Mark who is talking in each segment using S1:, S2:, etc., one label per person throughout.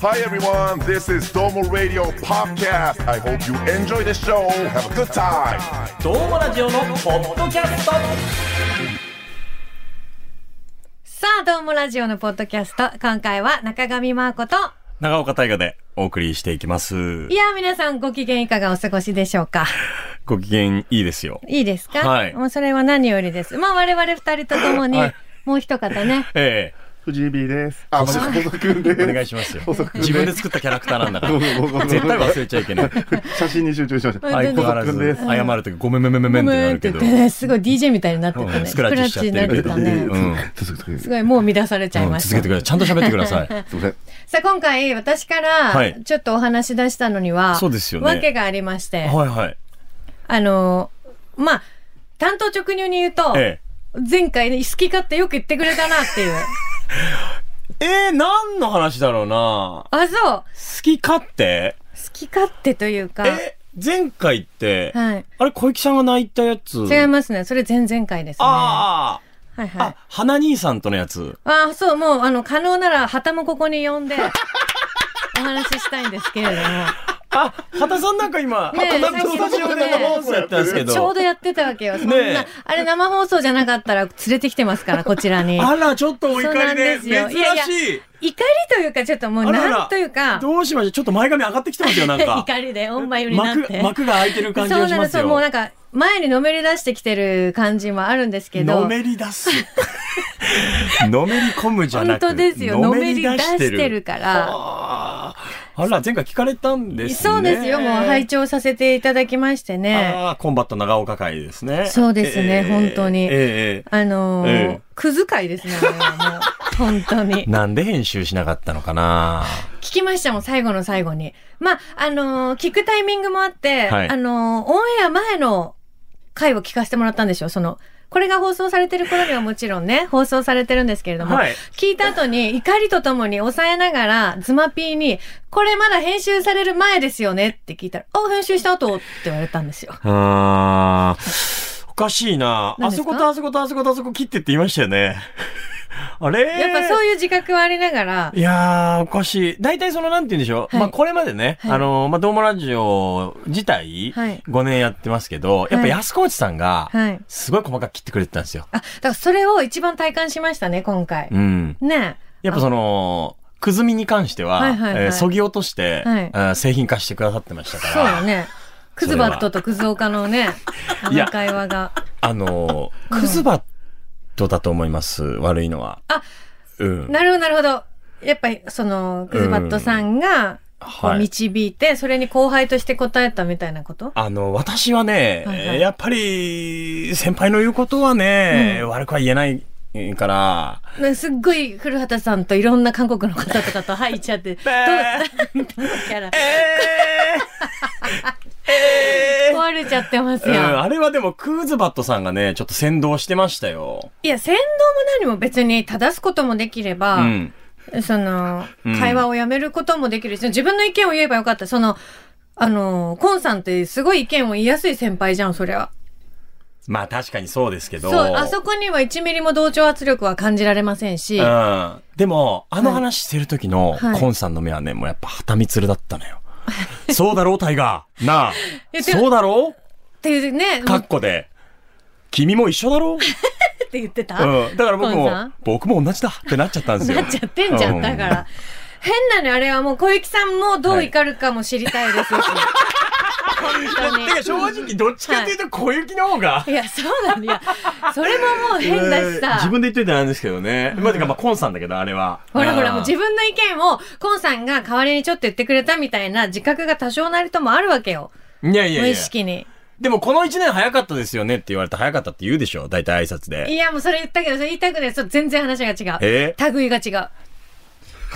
S1: Hi everyone, this is Domo Radio Podcast. I hope you enjoy the show. Have a good time.
S2: どうもラジオのポッドキャスト
S3: さあ、どうもラジオのポッドキャスト。今回は中上真亜子と、
S4: 長岡大河でお送りしていきます
S3: い。や、皆さんご機嫌いかがお過ごしでしょうか。
S4: ご機嫌いいですよ。
S3: いいですか
S4: はい
S3: もうそれは何よりです。まあ我々二人と共に、もう一方 ね。
S4: え
S5: 藤井 B です。
S1: あ、もし細くん
S4: えお願
S1: で。
S4: いしますよ。自分で作ったキャラクターなん だから。絶対忘れちゃいけない。
S5: 写真に集中しました。
S3: はい
S4: 相変わら
S5: 小沢
S4: ず
S5: 君
S4: 謝るときごめんめめめめんってなるけど
S3: ムーンって言。ってね、すごい DJ みたいになってた
S4: う
S3: ね。
S4: んスクラッチしちゃってるけ
S3: スク
S4: ど。
S3: ラ
S4: う
S3: ッチになってたね。
S4: ん。
S5: 続く続く。
S3: す
S5: す
S3: ごいもう乱されちゃい
S4: うん
S3: まし
S4: 続け
S3: た。
S4: てください。ちゃんと喋ってくだ さい。
S5: いません。
S3: さあ今回私か
S4: はい
S3: らちょっとお話し出したのには、
S4: そうですよね
S3: わけがありまして、
S4: はいはい。
S3: あの、まあ、担当直入に言うと、
S4: え
S3: 前回ね、好き勝手よく言ってくれたなっていう。
S4: え。えー、何の話だろうな
S3: あ、そう。
S4: 好き勝手
S3: 好き勝手というか、
S4: え、前回って、
S3: はい。
S4: あれ小池さんが泣いたやつ
S3: 違い
S4: す。
S3: ますね。それ前々回ですね。は
S4: あ
S3: い
S4: あ、
S3: は
S4: あ
S3: い。、
S4: 花兄さんとのやつ。
S3: ああ、そう、もう、あの、可能なら、旗もここに呼ん で、お話ししたいんですけれど
S4: あ、畑さんなんか今、
S3: ねえ
S4: 畑さんスタジオで生放送やったんですけ
S3: も、
S4: ど。
S3: ちょうどやってたわけよ。そんな、
S4: ねえ
S3: あれ生放送じゃなかったら連れてきてますから、こちらに。
S4: あら、ちょっとお
S3: そう
S4: 怒
S3: な
S4: り
S3: ん
S4: で、
S3: ですよ。
S4: 珍
S3: いやいや、怒
S4: しい
S3: り。というか、ちょっともう、
S4: あらら
S3: なんというか、
S4: どうしましょうちょっと前髪上がってきてますよ、なん か。
S3: 怒りで、オンマイになっ
S4: 幕
S3: て。
S4: 幕が開いてる感じ
S3: そう
S4: がし
S3: な
S4: ま
S3: の、
S4: す
S3: そう、
S4: よ。
S3: もうなんか、前にのめり出してきてる感じもあるんですけど。
S4: のめり出 す。のめり込むじゃ
S3: 本
S4: なく
S3: 当ですよ。のめり出してる。から。
S4: あーあら、前回聞かれたんですね。
S3: そうですよ。もう拝聴させていただきましてね。
S4: ああ、コンバット長岡会ですね。
S3: そうですね本当に
S4: ええ
S3: あのー
S4: ええ
S3: くず会ですね。あれはもう本当に。
S4: なんで編集しなかったのかな
S3: 聞きましたもん、最後の最後に。まあ、あのー聞くタイミングもあって、
S4: はい
S3: あのーオンエア前の回を聞かせてもらったんでしょその、これが放送されてる頃にはもちろんね、放送されてるんですけれども、
S4: はい
S3: 聞いた後に怒りとともに抑えながら、ズマピーに、これまだ編集される前ですよねって聞いたら、あ、編集した後って言われたんですよ。
S4: あーおかしいな。
S3: 何
S4: あ
S3: です
S4: そ
S3: か
S4: ことあそことあそことあそこ切ってって言いましたよね。 あれ
S3: やっぱそうい
S4: い
S3: う自覚はありながら、
S4: いやー、おかしい。大体その、なんて言うんでしょ
S3: は
S4: う。
S3: い
S4: まあ、これまでね、
S3: はい
S4: あのー、まあ、ドームラジオ自体、
S3: はい
S4: 5年やってますけど、やっぱ
S3: はい
S4: 安河内さんが、
S3: はい。
S4: すごい細かく切ってくれてたんですよ。
S3: あ、だからそれを一番体感しましたね、今回。
S4: うん。
S3: ねえ。
S4: やっぱその、くずみに関しては、
S3: はいはいはい
S4: えーそぎ落として、
S3: はい
S4: あー製品化してくださってましたから。
S3: そうよね。クズバットとクズオカのね、あ
S4: いや
S3: の会話が。
S4: あのー、
S3: うん
S4: クズバットだと思います。悪いのは。
S3: あ、
S4: うん。
S3: なるほど、なるほど。やっぱり、その、クズバットさんが、こ
S4: は
S3: う
S4: い
S3: 導いて、それに後輩として答えたみたいなこと
S4: あの、私はね、
S3: はいはい
S4: やっぱり、先輩の言うことはね、悪くは言えないから、
S3: ねすっごい古畑さんといろんな韓国の方とか と入っちゃって、どう、なんていうのキャラ、
S4: えーえー
S3: 壊れちゃってます
S4: うん、
S3: よ。
S4: あれはでも、クーズバットさんがね、ちょっと先導してましたよ。
S3: いや、先導も何も別に正すこともできれば、
S4: うん。
S3: その
S4: うん、
S3: 会話をやめることもできるし、自分の意見を言えばよかった。その、あの、コンさんってすごい意見を言いやすい先輩じゃん、そりゃ。
S4: まあ確かにそうですけど。
S3: そう、あそこには1ミリも同調圧力は感じられませんし、
S4: うん。でも、あの話してる時の、
S3: はい
S4: コンさんの目はね、もうやっぱ、旗みつるだったのよ。そうだろう、タイガー。なあ
S3: い。や でも
S4: そうだろ
S3: っていうね、
S4: うカッコで。君も一緒だろう
S3: って言ってた、
S4: うん。だから僕
S3: コンさ
S4: も
S3: ん、
S4: 僕も同じだってなっちゃったんですよ。
S3: なっちゃってんじゃん、だか
S4: う
S3: ら。変なのよあれはもう小雪さんもどう怒るかも知りたい ですし。本当に。
S4: てか正直、どっちかっていうと小雪の方が。
S3: いや、そうなんだ。いや、それももう変だしさ。
S4: 自分で言っといてなんですけどね。まあ、てか、まあ、コンさんだけど、あれは。
S3: ほらほら、もう自
S4: 分。
S3: 分の意見を、コンさんが代わりにちょっと言ってくれたみたいな自覚が多少なりともあるわけよ。
S4: いやいや
S3: 無
S4: い
S3: 意
S4: や。
S3: 識に。
S4: でも、この一年早かったですよねって言われたら早かったって言うでしょ大体挨拶
S3: い
S4: で。
S3: や、もうそれ言ったけど、それ言いたくない。そう全然話が違う。
S4: え
S3: 類が違う。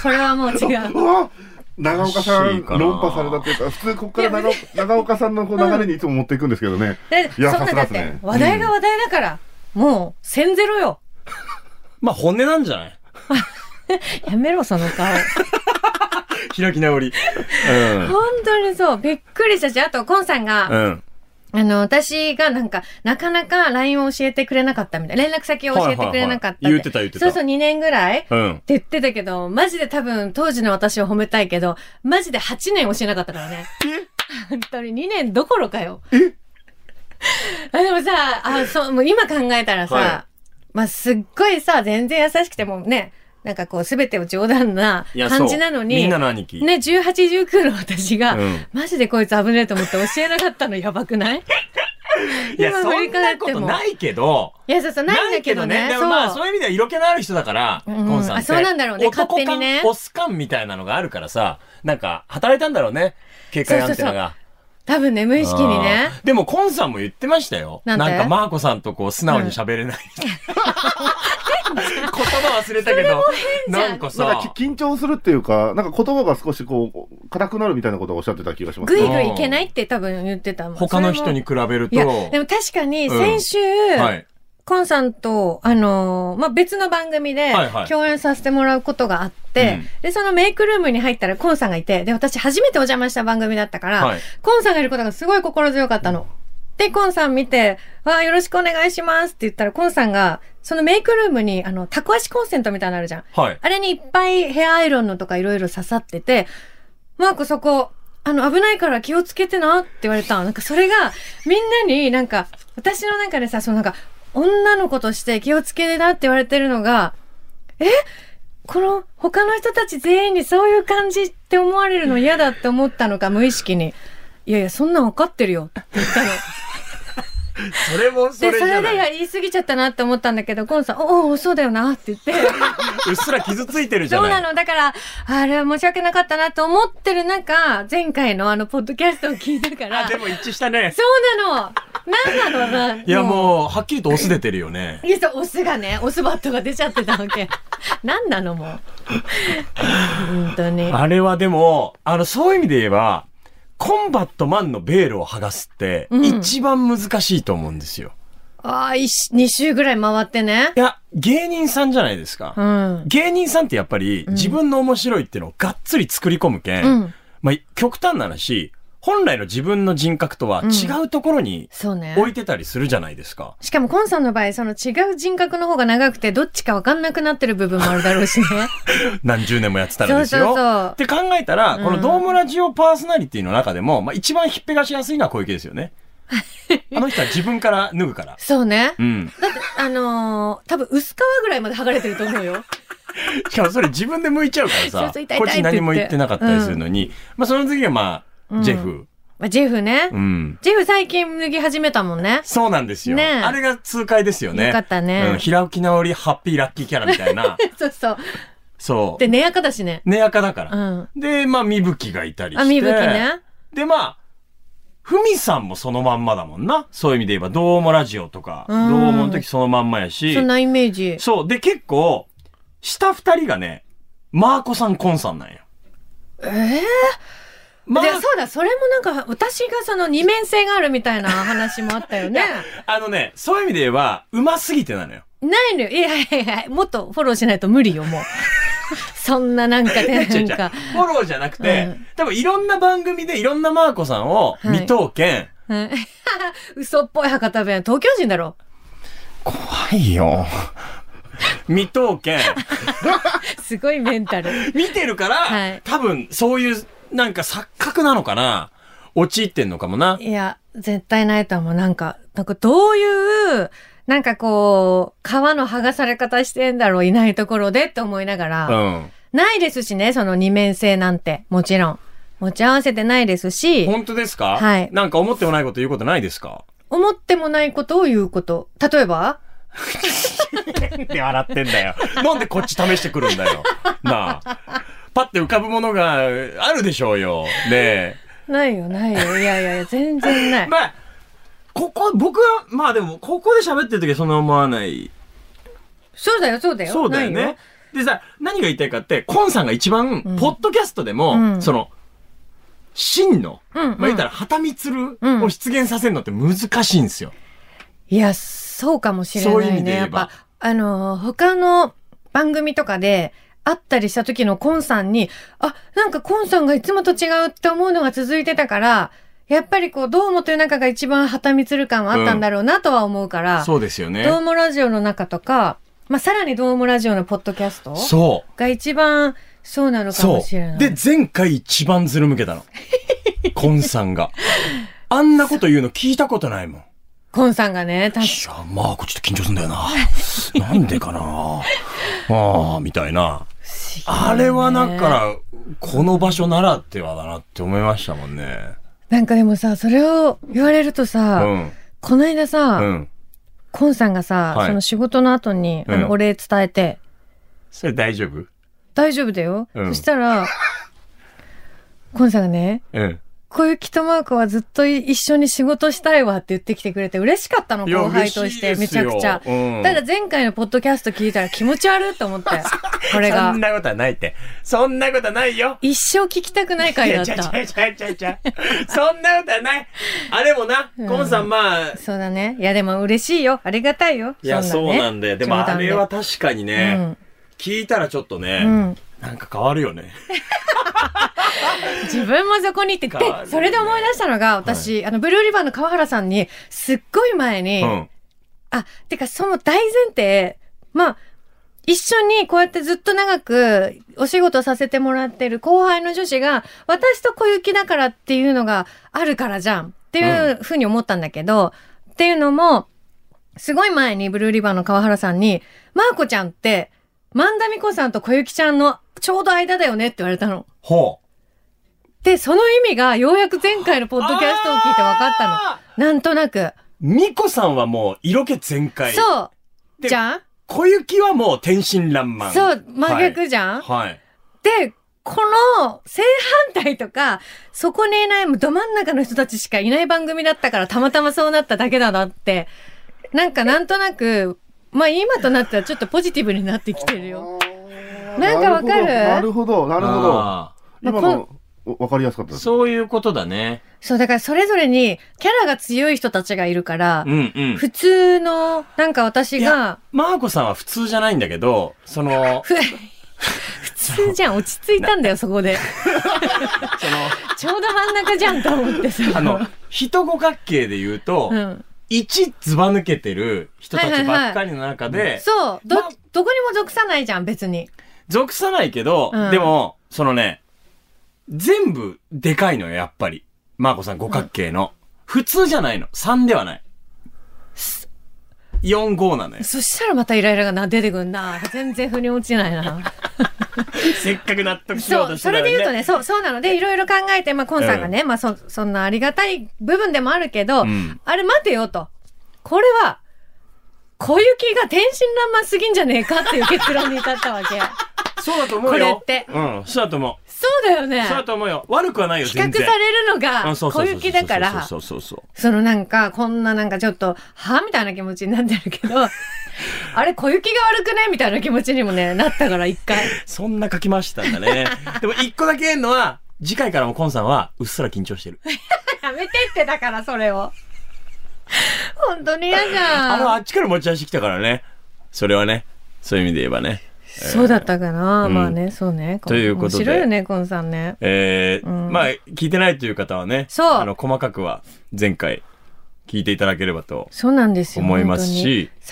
S3: これはもう違う。
S5: あ 長岡さ
S4: 欲しい
S5: ん、
S4: かな
S5: 論破されたっていうか、普通ここから長岡長岡さんのこう流れにいつも持っていくんですけどね。
S3: で
S5: いや
S3: そんなだっ
S5: さすがです
S3: て
S5: ね、
S3: 話題が話題だから、もう、千ゼロよ。
S4: まあ、本音なんじゃない
S3: やめろ、その顔。
S4: 開き直り。うん。
S3: 本当にそう、びっくりしたし、あと、コンさんが、
S4: うん。
S3: あの、私がなんか、なかなか LINE を教えてくれなかったみたい。連絡先を教えてくれなかったって、
S4: はいはいはい言ってた言ってた
S3: そうそう、2年ぐらい、
S4: うん
S3: って言ってたけど、マジで多分当時の私を褒めたいけど、マジで8年教えなかったからね。本当に2年どころかよ。あでもさ、あ、そう、もう今考えたらさ、
S4: は
S3: まあすっごいさ、全然優しくてもね、なんかこう全てを冗談ない
S4: やそう
S3: 感じなのに、
S4: みんなの兄貴
S3: ね、18、19の私が、
S4: うん
S3: マジでこいつ危ねえと思って教えなかったのやばくない
S4: いや、そ
S3: 振り
S4: ん
S3: 返
S4: な
S3: って
S4: こ
S3: も
S4: とないけど、
S3: いや、そうそう、ないんだけどね。
S4: で
S3: そ
S4: も
S3: う。
S4: まあ、そういう意味では色気のある人だから、
S3: うん
S4: ゴンさんって。
S3: あそうなんだろうね
S4: 男
S3: 勝手に
S4: 感、
S3: ね
S4: オス感みたいなのがあるからさ、なんか、働いたんだろうね。警戒アンテナが。
S3: 多分ね、無意識にね。
S4: あー。でも、コンさんも言ってましたよ。
S3: な
S4: なんん
S3: て
S4: か、マーコさんとこう、素直に喋れない。言葉忘れたけど、
S3: じゃん
S4: なんか
S5: なん
S4: さ
S5: か、き緊張するっていうか、なんか言葉が少しこう、硬くなるみたいなことをおっしゃってた気がします
S3: ぐい
S5: ね。
S3: ぐいいけないって多分言ってたもん。
S4: 他の人に
S3: そ
S4: 比べると、
S3: れも。いや、でも確かに
S4: うん
S3: 先週、
S4: はい。
S3: コンさんと、あのーまあ、別の番組で
S4: はいはい
S3: 共演させてもらうことがあって、
S4: うん
S3: で、そのメイクルームに入ったらコンさんがいて、で、私初めてお邪魔した番組だったから、
S4: はい
S3: コンさんがいることがすごい心強かったの。で、コンさん見て、わあ、よろしくお願いしますって言ったら、コンさんが、そのメイクルームに、あの、タコ足コンセントみたいなのあるじゃん。
S4: はい。
S3: あれにいっぱいヘアアイロンのとかいろいろ刺さってて、マークそこ、あの、危ないから気をつけてなって言われた。なんかそれが、みんなになんか、私の中でさ、そのなんか、女の子として気をつけてなって言われてるのが、えこの他の人たち全員にそういう感じって思われるの嫌だって思ったのか、無意識に。いやいや、そんなん分かってるよって言ったの。
S4: それも、そ
S3: で、
S4: れ
S3: そ
S4: じ
S3: れ
S4: ゃ
S3: でい
S4: な
S3: や
S4: い。
S3: 言い過ぎちゃったなって思ったんだけど、ゴンさん、おお、そうだよなって言って。
S4: うっすら傷ついてるじゃ
S3: そう
S4: な。
S3: ないの。だから、あれは申し訳なかったなと思ってる中、前回のあの、ポッドキャストを聞いたから。
S4: あ、でも一致したね。
S3: そうなの。なんなのな。
S4: いや、もう、はっきりとオス出てるよね
S3: う。。いや、そう、オスがね、オスバットが出ちゃってたわけ。なんなのもう。本当に。
S4: あれはでも、あの、そういう意味で言えば、コンバットマンのベールを剥がすって、
S3: うん
S4: 一番難しいと思うんですよ。
S3: ああ、いし二週ぐらい回ってね
S4: い。や、芸人さんじゃないですか。
S3: うん。
S4: 芸人さんってやっぱり、自分の面白いっていうのをがっつり作り込むけん、
S3: うん
S4: まあ、極端な話、本来の自分の人格とは違うところに
S3: そうね。
S4: 置いてたりするじゃないですか。
S3: しかも、コンさんの場合、その違う人格の方が長くて、どっちかわかんなくなってる部分もあるだろうしね。
S4: 何十年もやってたらですよ。
S3: そうそうそう
S4: って考えたら、このドームラジオパーソナリティの中でも、まあ、一番ひっぺがしやすいのは小池です よね。あの人は自分から脱ぐから。
S3: そうね。
S4: うん。
S3: だって、あのー多分薄皮ぐらいまで剥がれてると思うよ。
S4: しかもそれ自分で向いちゃうか
S3: そう
S4: ら
S3: そう痛い痛、
S4: さ
S3: い
S4: こっち何も言ってなかったりするのに、まあその次がま
S3: うん
S4: あ、ジェフ。
S3: まあ、ジェフね。
S4: うん。
S3: ジェフ最近脱ぎ始めたもんね。
S4: そうなんですよ。
S3: ねえ
S4: あれが痛快ですよね。
S3: よかったね
S4: うん。平置き直りハッピーラッキーキャラみたいな。
S3: そうそう。
S4: そう
S3: で、。寝やかだしね。
S4: 寝やかだか
S3: う
S4: ら。
S3: ん。
S4: で、まあ、みぶきがいたりして。
S3: あ、みぶきね。
S4: で、まあ、ふみさんもそのまんまだもんな。そういう意味で言えば、どうもラジオとか、ど
S3: う
S4: うんもの時そのまんまやし
S3: そん。なイメージ。
S4: そう。で、結構、下二人がね、マーコさん、コンさんなんよ。
S3: ええ
S4: マー
S3: でそうだ、それもなんか、私がその二面性があるみたいな話もあった よね。
S4: あのね、そういう意味で言えば、うますぎてなのよ。
S3: ないのよ。いやいやいや、もっとフォローしないと無理よ、もう。 そんななんかね、
S4: 違う
S3: な
S4: 違うん フ
S3: か。
S4: ォローじゃなくて、
S3: うん
S4: 多分いろんな番組でいろんなマーコさんを
S3: はい
S4: 未当見。
S3: うん 嘘っぽい博多弁。東京人だろ。
S4: 怖いよ。 未 当見。
S3: すごいメンタル。
S4: 見てるから、
S3: はい
S4: 多分そういう、なんか錯覚なのかな陥ってんのかもな。
S3: いや、絶対ないと思う。なんか、なんかどういう、なんかこう、皮の剥がされ方してんだろう、いないところでって思いながら、
S4: うん。
S3: ないですしね、その二面性なんて、もちろん。持ち合わせてないですし、
S4: 本当ですか
S3: はい
S4: なんか思ってもないこと言うことないですか
S3: 思ってもないことを言うこと。例え ば
S4: って笑ってんだよ。 なんでこっち試してくるんだよ。なあ。パッて浮かぶものがあるでしょうよ。ね
S3: ないよ、ないよ。いやいやいや、全然な
S4: え。
S3: い。
S4: まあ、ここ、僕は、まあでも、ここで喋ってる時はそんな思わない。
S3: そうだよ、そうだよ。
S4: そうだよ
S3: ない
S4: ね。でさ、何が言いたいかって、コンさんが一番、
S3: うん
S4: ポッドキャストでも、
S3: うん
S4: その、真の、
S3: うんうん
S4: まあ言ったら、旗みつる
S3: うん
S4: を出現させるのって難しいんですよ。
S3: いや、そうかもしれないね。
S4: そういう意味で言
S3: や
S4: え
S3: っ
S4: ば
S3: ぱ、あのー、他の番組とかで、会ったりした時のコンさんに、あ、なんかコンさんがいつもと違うって思うのが続いてたから、やっぱりこう、どうもという中が一番旗光る感はあったんだろうなとは思うから、
S4: そうですよ
S3: どう
S4: ね。
S3: もラジオの中とか、まあ、さらにどうもラジオのポッドキャスト
S4: そ
S3: が一番そうなの
S4: う。
S3: かも
S4: そ
S3: しれな
S4: う。
S3: い。
S4: で、前回一番ずる向けた の。コンさんが。あんなこと言うの聞いたことないもん。
S3: コンさんがね、確
S4: い
S3: か
S4: や、マークちょっと緊張すんだよな。なんでかな。 ああ、みたいな。あれはだから、この場所ならではだなって思いましたもんね。
S3: なんかでもさ、それを言われると
S4: う
S3: さ、
S4: ん。
S3: こないださ、
S4: うん。
S3: コンさんがさ、
S4: はい
S3: その仕事の後に、あ
S4: う
S3: の
S4: ん
S3: お礼伝えて、
S4: それ大丈夫
S3: 大丈夫だよ。
S4: う
S3: そ
S4: ん
S3: したら、コンさんがね、
S4: うん。
S3: こういうキトマークはずっと一緒に仕事したいわって言ってきてくれて嬉しかったの、
S4: いや
S3: 後輩として、
S4: 嬉
S3: め
S4: しい
S3: ち
S4: です
S3: ゃ
S4: よ
S3: くちゃ。
S4: うん
S3: ただ前回のポッドキャスト聞いたら気持ち悪いと 思って、これが
S4: そん。なことはないって。そんなことはないよ。
S3: 一生聞きたくない
S4: い
S3: 回だ
S4: や、
S3: っ
S4: ちゃ
S3: た
S4: ち。ゃちゃちゃちゃ。そんなことはない。あれもな、コンさんまあ、
S3: そうだね。いやでも嬉しいよ。ありがたいよ。
S4: いや、
S3: ね
S4: そうなんだよ。でも
S3: 冗
S4: あ
S3: 談
S4: れは確かにね、聞いたらちょっとね、
S3: ん
S4: なんか変わるよね。
S3: 自分もそこにいて、で
S4: 変わる、ね
S3: それで思い出したのが、私、あの、ブルーリバーの川原さんに、すっごい前に、
S4: うん。
S3: あ、てかその大前提、まあ、一緒にこうやってずっと長くお仕事させてもらってる後輩の女子が、私と小雪だからっていうのがあるからじゃんっていうふうに思ったんだけど、っていうのも、すごい前にブルーリバーの川原さんに、まーこちゃんって、万田美子さんと小雪ちゃんのちょうど間だよねって言われたの。
S4: ほう。
S3: で、その意味がようやく前回のポッドキャストを聞いて分かった
S4: あ
S3: の。なんとなく。
S4: ミコさんはもう色気全開。
S3: そ
S4: で
S3: う。じゃん
S4: 小雪はもう天真爛漫。
S3: そう、真逆じゃん、
S4: はい。はい。
S3: で、この正反対とか、そこにいないど真ん中の人たちしかいない番組だったからたまたまそうなっただけだなって。なんかなんとなく、まあ今となってはちょっとポジティブになってきてるよ。 なんかわかる
S5: なるほど、なるほど。
S4: あ
S5: 今の、おわかりやすかっ
S4: ー
S5: たです。
S4: そういうことだね。
S3: そう、だからそれぞれにキャラが強い人たちがいるから
S4: う、んうん。
S3: 普通の、なんか私
S4: いや
S3: が、、
S4: マーコさんは普通じゃないんだけど、その、
S3: ふ普通じゃん、落ち着いた んだよ、そこで。
S4: その、
S3: ちょうど真ん中じゃんと思ってさ。
S4: あの、人五角形で言うと
S3: う、ん。
S4: 一ずば抜けてる人たちばっかりの中で、
S3: そう、ど、
S4: まあ
S3: どこにも属さないじゃん、別に。
S4: 属さないけど
S3: うん、
S4: でも、そのね、全部でかいのよ、やっぱり。マーコさん五角形の。普通じゃないの。3ではない。4、5な のよ。
S3: そしたらまたイライラがな、出てくんな。全然腑に落ちない な。
S4: せっかく納得しよう
S3: そ
S4: と
S3: う、
S4: してた
S3: そ
S4: の
S3: れで
S4: に
S3: 言うとね、そう、そうなので、いろいろ考えて、まあ、コンさんがね、まあ、そ、そんなありがたい部分でもあるけど、
S4: ん
S3: あれ待てよと。これは、小雪が天真爛漫すぎんじゃねえかっていう結論に至ったわ け。
S4: そうだと思うよ。
S3: これって
S4: うん、そうだと思う。
S3: そうだよね。
S4: そうだと思うよ。悪くはないよ、
S3: 比較
S4: 全然。
S3: されるのが
S4: うんそうそ
S3: 小
S4: うそう
S3: 雪だから、
S4: そうそうそうそう。
S3: そのなんか、こんななんかちょっと、はみたいな気持ちになってるけど、 あれ、小雪が悪くねみたいな気持ちにもね、なったから、一 回。
S4: そんな書きましたんだね。 でも一個だけ言えるのは、次回からもコンさんはうっすら緊張してる。
S3: やめてってだから、それを。本当に嫌じ
S4: あの、
S3: ゃ
S4: あ
S3: ん。
S4: っちから持ち出してきたからね。それはね。そういう意味で言えばね。
S3: そうだったかな、
S4: うん
S3: まあね、そうね。
S4: ということで
S3: 面白いよね、コンさんね。
S4: えー
S3: ん
S4: まあ、聞いてないという方はね。
S3: そう
S4: あの、細かくは前回聞いていただければと。
S3: そうなんですよ。
S4: 思いますし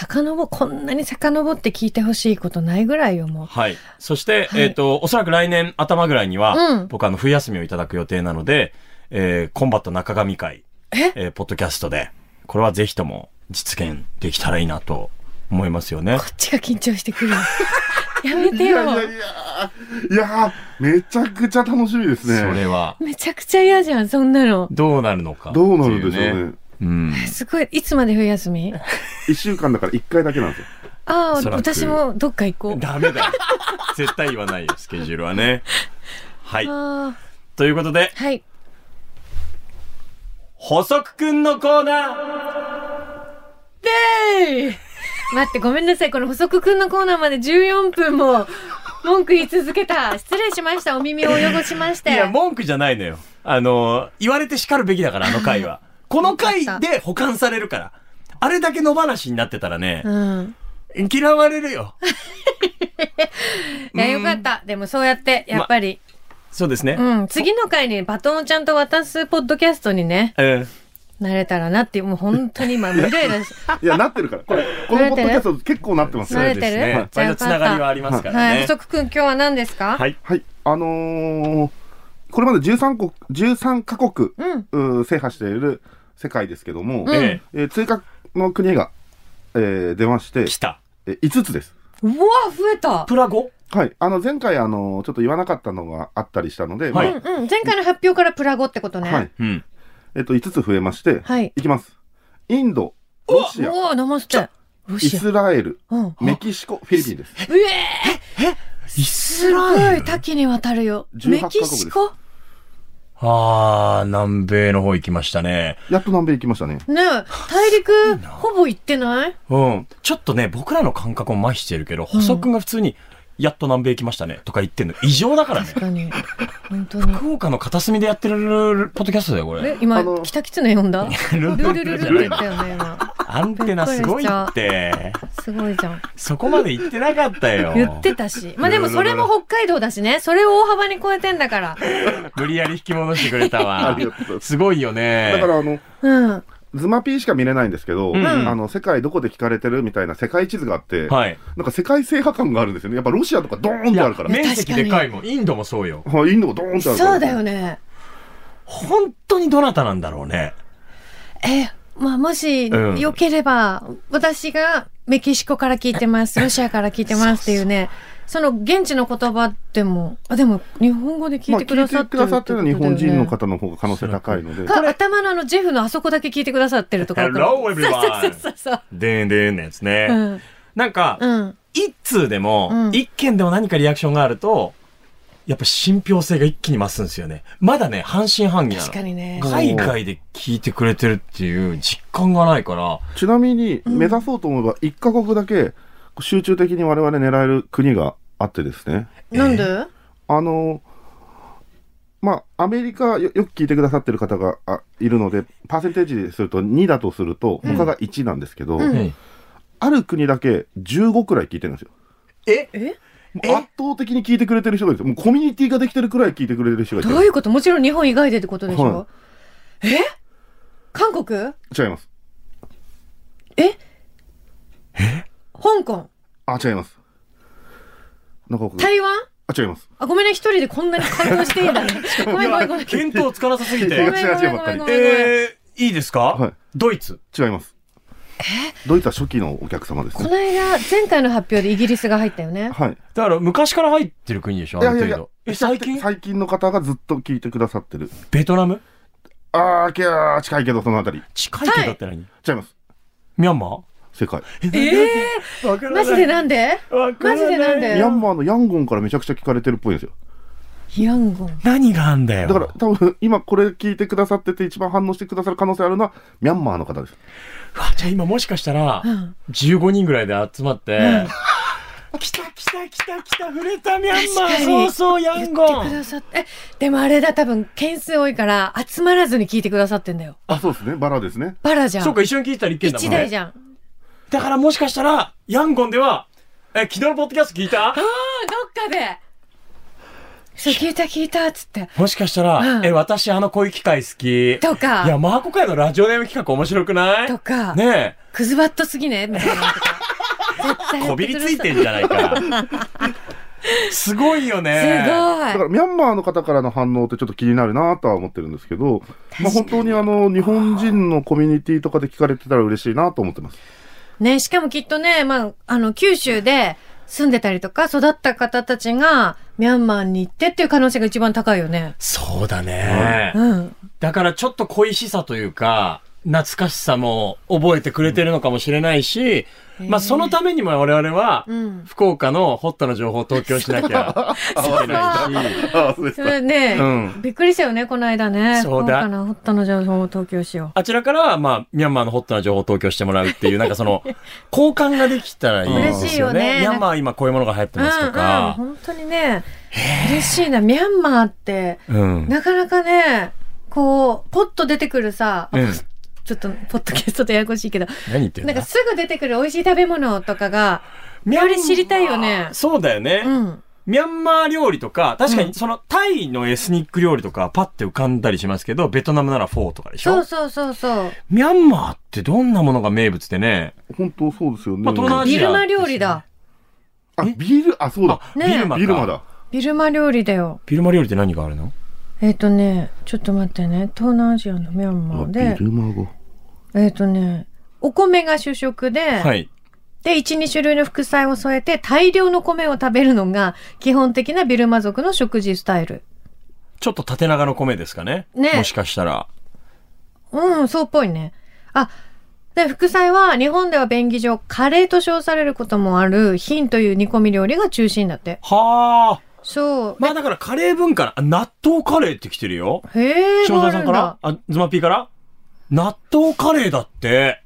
S3: 本当に。遡、こんなに遡って聞いてほしいことないぐらいよ、もう。
S4: はい。そして、
S3: はい
S4: えっ、と、おそらく来年頭ぐらいには、
S3: うん
S4: 僕あの、冬休みをいただく予定なので、えーコンバット中上会、
S3: え
S4: えーポッドキャストで、これはぜひとも実現できたらいいなと思いますよね
S3: こ。っちが緊張して くるわ。やめ
S5: い
S3: て
S5: やい
S3: よ。
S5: やいや、いやー、めちゃくちゃ楽しみです
S4: そ
S5: ね。
S4: れは、
S3: めちゃくちゃ嫌じゃん、そんなの。
S4: どうなるのか。
S5: どうなるんでし
S4: ってい
S5: ょ
S4: ね。
S5: うね。
S4: うん。
S3: すごい、いつまで冬休み
S5: 一週間だから一回だけなんですよ。
S3: あ
S4: おそ
S3: あ、
S4: らく
S3: 私もどっか行こ う。
S4: ダメだよ。絶対言わないよ、スケジュール はね。はい。
S3: あ
S4: ということで
S3: あ、、はい。
S4: 補足くんのコーナー
S3: でーい待って、ごめんなさい。この補足くんのコーナーまで14分も文句言い続けた。失礼しました。お耳を汚しまし
S4: い
S3: て
S4: や、。文句じゃないのよ。あの、言われて叱るべきだから、あの回 は。この回で保管されるから。あれだけ野放しになってたらね
S3: う、ん。
S4: 嫌われるよ。
S3: いや、よかった。でもそうやって、やっぱり、
S4: そうですね。
S3: うん、次の回にバトンをちゃんと渡すポッドキャストにね、
S4: え
S3: なれたらなって、もう本当に今、イ ライラし、
S5: いや、なってるから。これ、このポッドキャスト結構なってます
S4: そ
S3: 慣
S4: う
S5: ね。
S3: れ
S4: で
S3: て
S4: す
S3: る
S4: ね。
S3: じゃあ
S4: 割とつながりはありますから
S3: はい、
S4: ね
S3: 不。足くん今日は何ですか
S4: はい。
S5: はい。あのー、これまで13国、13カ国、
S3: うん。
S5: うー制覇している世界ですけども、
S3: うん
S4: え
S5: えー追加の国が、えー出まして
S4: え、来た。
S5: えー5つです。
S3: うわ、増えた
S4: プラゴ
S5: はい。あの、前回、あの、ちょっと言わなかったのがあったりしたので、
S4: はい
S3: うんうん。前回の発表からプラゴってこと
S5: ま
S3: ね。
S5: あはい。
S4: うん。
S5: えっと、5つ増えまして、
S3: はい。
S5: いきます。インド、ロシア、
S3: おお、生捨て。ロ
S5: イ
S3: シ
S5: スラエル、
S3: ア。うん。
S5: メキシコ、フィリピンです。
S3: うえ
S4: イ
S3: す
S4: ス
S3: ご
S4: ラ
S3: い
S4: エル
S3: 多岐にわたるよ。
S5: 18
S3: メキシコ
S4: あー、南米の方行きましたね。
S5: やっと南米行きましたね。
S3: ねえ、 大陸、ほぼ行ってない
S4: うん。ちょっとね、僕らの感覚も麻痺してるけど、補足が普通に、やっと南米行きましたね、とか言ってんの。異常だか らね
S3: 確。かに。本当 に。
S4: 福岡の片隅でやってるポッドキャストだよ、これ。
S3: え、今
S5: あの、
S3: 北狐読ん だルル
S4: ルル
S3: ル
S4: ル
S3: ル
S4: ル
S3: ルって言
S4: じゃない
S3: ったよね、今。
S4: アンテナすごいって。
S3: すごいじゃん。
S4: そこまで言ってなかったよ。
S3: 言ってたし。まあでもそれも北海道だしね。それを大幅に超えてんだから。
S4: 無理やり引き戻してくれた
S5: あ
S4: わ
S5: りがとうござい。ます
S4: すごいよね。
S5: だから、あの、
S3: うん。
S5: ズマピーしか見れないんですけど、
S4: うん
S5: あの、世界どこで聞かれてるみたいな世界地図があって、
S4: はい。
S5: なんか世界制覇感があるんですよね。やっぱロシアとかドーンってあるから。
S4: 面積でかいもん。インドもそうよ。
S5: はい、インドもドーンってあるから。
S3: そうだよね。
S4: 本当にどなたなんだろうね。
S3: え、まあもし、
S4: うん
S3: 良ければ、私がメキシコから聞いて ます。ロシアから聞いてますっていうね。その現地の言葉でも、あ、でも日本語で聞
S5: ま
S3: いて
S5: あ、
S3: く
S5: 聞
S3: だ
S5: い
S3: さ
S5: て
S3: って
S5: く
S3: る
S5: だ
S3: って
S5: さ
S3: こと
S5: って
S3: だ
S5: る
S3: よね
S5: 日本人の方の方が可能性高いので。
S3: か頭のあのジェフのあそこだけ聞いてくださってるとか。
S4: Hello, everyone.
S3: そうそうそうそう。
S4: でんでんのやつね。
S3: うん。
S4: なんか、
S3: うん。
S4: 一通で
S3: う
S4: も
S3: ん、
S4: 一件でも何かリアクションがあると、やっぱ信憑性が一気に増すんですよね。まだね、半信半疑なの。
S3: 確かにね。
S4: 海外で聞いてくれてるっていう実感がないから、
S5: ちなみに、目指そうと思えば、1カ国だけ集中的に我々狙える国があってですね。
S3: なんで、
S5: あの、まあ、アメリカよ、よく聞いてくださってる方があいるので、パーセンテージですると2だとすると、他が1なんですけど、
S3: うん
S4: はい
S5: ある国だけ15くらい聞いてるんですよ。
S4: え
S3: え
S5: もう圧倒的に聞いてくれてる人がいるんですよ。もうコミュニティができてるくらい聞いてくれてる人がいて
S3: どういうこともちろん日本以外でってことでしょ、
S5: は
S3: え韓国
S5: 違います。
S3: え香港
S5: あ、違います。中岡君。
S3: 台湾
S5: あ、違います。
S3: あ、ごめんね、一人でこんなに感動していいんだ ね。ごめんごめんごめん。
S4: 見当つかなさすぎ
S5: 違う
S3: ご
S4: て。
S3: めんごめんごめんごめんごめん。
S4: えー、いいですか、
S5: はい
S4: ドイツ。
S5: 違います。ドイツは初期のお客様です
S3: こ
S5: ね
S3: の。間、前回の発表でイギリスが入ったよね。
S5: はい。
S4: だから昔から入ってる国でしょあ
S5: い
S4: る
S5: や
S4: 程
S5: いや
S4: 度。
S5: いや
S4: え、最近
S5: 最近の方がずっと聞いてくださってる。
S4: ベトナム
S5: あー、きゃー、近いけど、そのあたり。
S4: 近いけどだって何
S5: 違います。
S4: ミャンマー
S5: 世界。
S3: え
S4: わか
S3: ー、マジでなんで
S4: わか
S3: マジでなんで
S5: ミャンマーのヤンゴンからめちゃくちゃ聞かれてるっぽいんですよ。
S3: ヤンゴン。
S4: 何があんだよ。
S5: だから、多分、今これ聞いてくださってて一番反応してくださる可能性あるのは、ミャンマーの方です。
S4: うわじゃあ今もしかしたら
S3: うん、
S4: 15人ぐらいで集まって、 来た来た来た来た、触れたミャンマ
S3: 確か
S4: ー、
S3: に
S4: そうそう、ヤ
S3: 言っ
S4: ン
S3: て
S4: ゴ
S3: く
S4: ン。
S3: ださって。え、でもあれだ、多分、件数多いから、集まらずに聞いてくださってんだよ。
S5: あ、そうですね。バラですね。
S3: バラじゃん。
S4: そうか、一緒に聞いてたら一件だも
S3: 一
S4: ん
S3: 台
S4: ね。
S3: じゃん。あ
S4: だからもしかしたら、ヤンゴンでは、え、昨日のポッドキャスト聞いた
S3: あ、どっかで。そう、聞いた聞いた、つって。
S4: もしかした
S3: う
S4: ら、
S3: ん
S4: え、私あのこういう機会好き。
S3: と
S4: いや、
S3: か、
S4: マーコ会のラジオネーム企画面白くない
S3: とか、
S4: ね
S3: クズバットすぎねみたいなのとか。絶対
S4: え、
S3: や
S4: こ
S3: って
S4: び
S3: く
S4: り
S3: だ
S4: つ
S3: さ
S4: いてんじゃな いか。すごいよね。
S5: だ
S3: す
S5: か
S3: ごい。
S5: ら、ミャンマーの方からの反応ってちょっと気になるなとは思ってるんですけど、まあ、本当にあの、日本人のコミュニティとかで聞かれてたら嬉しいなと思ってます。
S3: ね、しかもきっとね、まあ、あの、九州で住んでたりとか育った方たちが、ミャンマーに行ってっていう可能性が一番高いよね。
S4: そうだね。
S3: うん。
S4: だからちょっと恋しさというか、懐かしさも覚えてくれてるのかもしれないし、まあそのためにも我々は
S3: うん、
S4: 福岡のホットな情報を東京しなきゃいけないし、
S5: あそうで
S3: それね、
S4: うん
S3: びっくりしたよね、この間ね。
S4: そうだ
S3: 福岡のホットの情報を東京しよ
S4: あちらから、まあ、ミャンマーのホットな情報を東京してもらうっていう、なんか その、交換ができたらいいですよ
S3: 嬉しいよね
S4: ね。ミャンマー今こういうものが流行って
S3: う。うんうん
S4: ますと、か、
S3: 本当にね、嬉しいな。ミャンマーって、
S4: うん。
S3: なかなかね、こう、ポッと出てくるさ、
S4: うん
S3: ちょっと、ポッドキャストとややこしいけど、
S4: 何言ってん
S3: なんか
S4: だ
S3: すぐ出てくる美味しい食べ物とかが、
S4: ミ
S3: より知りたいよね
S4: そうだよね。
S3: うん。
S4: ミャンマー料理とか、確かにそのタイのエスニック料理とかパッて浮かんだりしますけど、ベトナムならフォーとかでし
S3: そう
S4: ょ
S3: そうそうそう。
S4: ミャンマーってどんなものが名物でね。
S5: 本当そうですよね。
S4: まあ東南アジア
S3: ビルマ料理だ。
S5: あ、ビール、あ、そうだ。
S4: あ、
S3: ね
S4: ビルマか。
S5: ビルマだ。
S3: ビルマ料理だよ。
S4: ビルマ料理って何があるの
S3: えっ、とね、ちょっと待ってね。東南アジアのミャンマ
S5: あ
S3: ー
S5: ビ
S3: で、
S5: ルマ語。
S3: えっ、とね、お米が主食で、
S4: はい。
S3: で、1、2種類の副菜を添えて大量の米を食べるのが基本的なビルマ族の食事スタイル。
S4: ちょっと縦長の米ですかね。
S3: ね
S4: もしかしたら。
S3: うん、そうっぽいね。あ、で、副菜は日本では便宜上カレーと称されることもあるヒンという煮込み料理が中心だって。
S4: はあ。
S3: そう。
S4: まあだからカレー文化な、あ納豆カレーって来てるよ。
S3: へえ、
S4: 塩
S3: あ
S4: 沢
S3: る
S4: さ
S3: ん
S4: ん
S3: だ
S4: からあ、ズマピーから納豆カレーだって。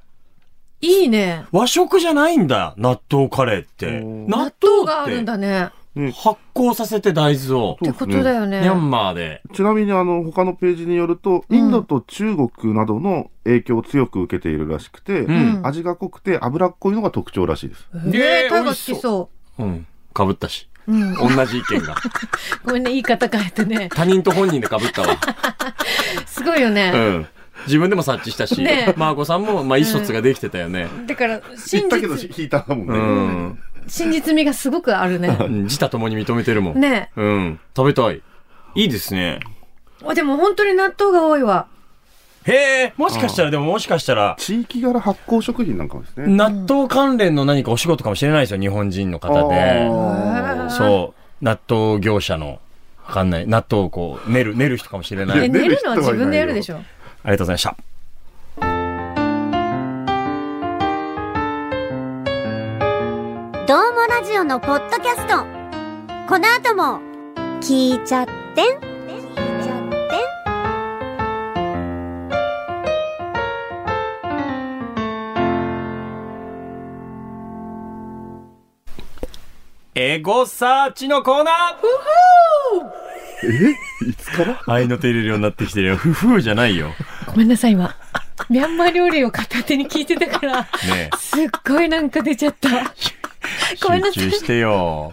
S3: いいね。
S4: 和食じゃないんだ。納豆カレーって。
S5: おー
S4: 納
S3: 豆
S4: 豆
S3: があるん
S4: って
S3: だね。
S4: 発酵させて大豆を
S3: っ。てことだよ
S4: ミ
S3: ね。
S4: ャンマーで。
S5: ちなみに、あの、他のページによると、インドと中国などの影響を強く受けているらしくて、
S4: うん
S5: 味が濃くて脂っこいのが特徴らしいです。
S3: ね
S4: ね
S3: え、
S4: え
S3: タイが好
S4: 美味
S3: き
S4: し
S3: そ
S4: うん。かぶったし。
S3: う。うん。
S4: 同じ意見が。
S3: ごめんね、言い方変えてね。
S4: 他人と本人でかぶったわ。
S3: すごいよね。
S4: うん。自分でも察知したし
S3: ねえ、
S4: マーコさんも、まあ、意思疎通ができてたよね。
S3: だから、
S5: 言
S3: 真
S5: ったけど、
S3: 実、
S5: 引いたもん
S4: う
S5: ね。
S4: ん。
S3: 真実味がすごくあるね。
S4: 自他共に認めてるもん。
S3: ね
S4: うん。食べたい。いいですね。
S3: あでも本当に納豆が多いわ。
S4: へえ、もしかしたら、でももしかしたら、
S5: 地域柄発酵食品なんかもですね。
S4: 納豆関連の何かお仕事かもしれないですよ、日本人の方で。
S5: あー
S4: そう。納豆業者の、わかんない。納豆をこう、練る、練る人かもしれない。あ
S3: え、
S4: り
S5: ね
S3: 寝るのは自分でやるでしょ。
S4: がとうございました。
S6: どうもラジオのポッドキャストこの後も聞いちゃってん聞いちゃってん
S4: エゴサーチのコーナー
S5: えいつから
S4: 愛の手入れるようになってきてるよ。ふふじゃないよ。
S3: ごめんなさい、今。ミャンマー料理を片手に聞いてたから、
S4: ねえ。
S3: すっごいなんか出ちゃ った。ごめんな
S4: 集
S3: さい
S4: 中してよ。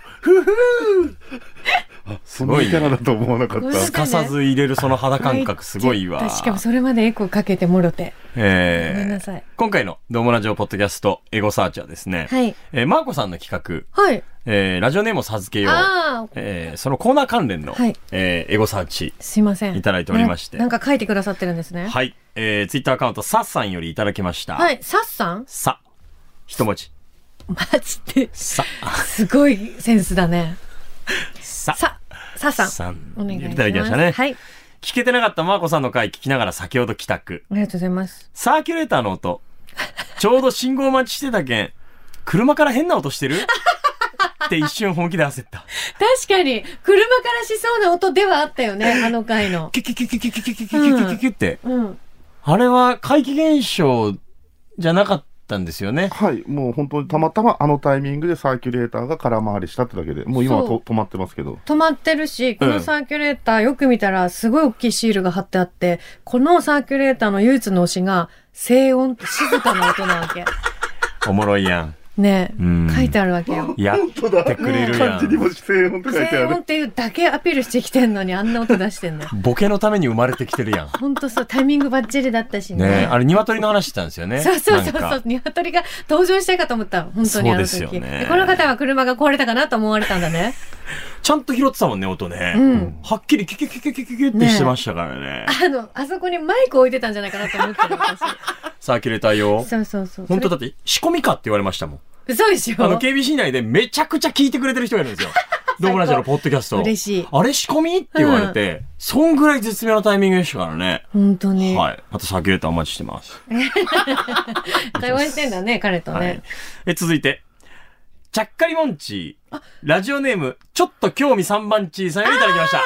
S5: すごいキャラだと思わなかっ
S3: ごめん
S5: た
S3: な。
S4: すかさず入れるその肌感覚すごいわ。
S3: しかもそれまでエコーかけてもろて。ごめん
S4: え
S3: な
S4: ー
S3: さい。
S4: 今回のドームラジオポッドキャストエゴサーチはですね、
S3: はい。
S4: えーマーコさんの企画、
S3: はい。
S4: えーラジオネームを授けよう、
S3: ああ、
S4: えーそのコーナー関連の、
S3: はい
S4: えーエゴサーチ。
S3: すいません。
S4: いただいておりまして
S3: ななんか書いてくださってるんですね。
S4: はい。えー、ツイッターアカウント、さっさんよりいただきました。
S3: はい。サッさん
S4: さ。一文字。
S3: マジで。
S4: さ。
S3: すごいセンスだね。
S4: さ。
S3: さ、ささん。
S4: さん
S3: お願いします。
S4: いただきましたね
S3: はい。
S4: 聞けてなかったマーコさんの回聞きながら先ほど帰宅。
S3: ありがとうございます。
S4: サーキュレーターの音。ちょうど信号待ちしてたけん、車から変な音してるって一瞬本気で焦った。
S3: 確かに、車からしそうな音ではあったよね、あの回の。
S4: キュキュキュキュキュキュキュキュキュキュキュキュって。
S3: うん。
S4: あれは怪奇現象じゃなかったんですよね。
S5: はい、もう本当にたまたまあのタイミングでサーキュレーターが空回りしたってだけで、もう今は
S3: そう
S5: と止まってますけど。
S3: 止まってるし、このサーキュレーターよく見たらすごい大きいシールが貼ってあって、このサーキュレーターの唯一の推しが、静音って静かな音なわけ。
S4: おもろいやん。
S3: ねえ
S4: うん
S3: 書いてあるわけよ。
S4: やってくれるや
S5: 漢字に
S4: ん。
S5: も姿勢音って書いて
S3: 静
S5: あ
S3: 音っ
S5: る。
S3: ていうだけアピールしてきてんのにあんな音出してんの。
S4: ボケのために生まれてきてるやん。
S3: ほんとそう、タイミングバッチリだったしね。
S4: ねえ、あれ鶏の話してたんですよね。
S3: そうそうそう
S4: なん
S3: そう
S4: か。
S3: 鶏が登場したかと思ったの本当にあの時
S4: そうですよね
S3: でこの方は車が壊れたかなと思われたんだね
S4: ちゃんと拾ってたもんね、音ね。
S3: うん
S4: はっきりキュキュキュキュキュキュキュってしてましたからね。
S3: あのあそこにマイク置いてたんじゃないかなと思ってる私
S4: サーキュレーター用。
S3: そうそうそう
S4: 本当だって、仕込みかって言われましたもん。
S3: 嘘でし
S4: あの、
S3: ょ
S4: KBC 内でめちゃくちゃ聞いてくれてる人がいる んですよ。ドームラジオのポッドキャスト。
S3: 嬉しい
S4: あれ仕込みって言われて、そんぐらい絶妙なタイミングでしたからね。
S3: 本当に、
S4: はい。またサーキュレーターお待ちしてます。
S3: 会話してんだね彼とね、
S4: はい。え、続いて。ちゃっかりもんちー。ラジオネーム、ちょっと興味3番ちーさんよりいただきました。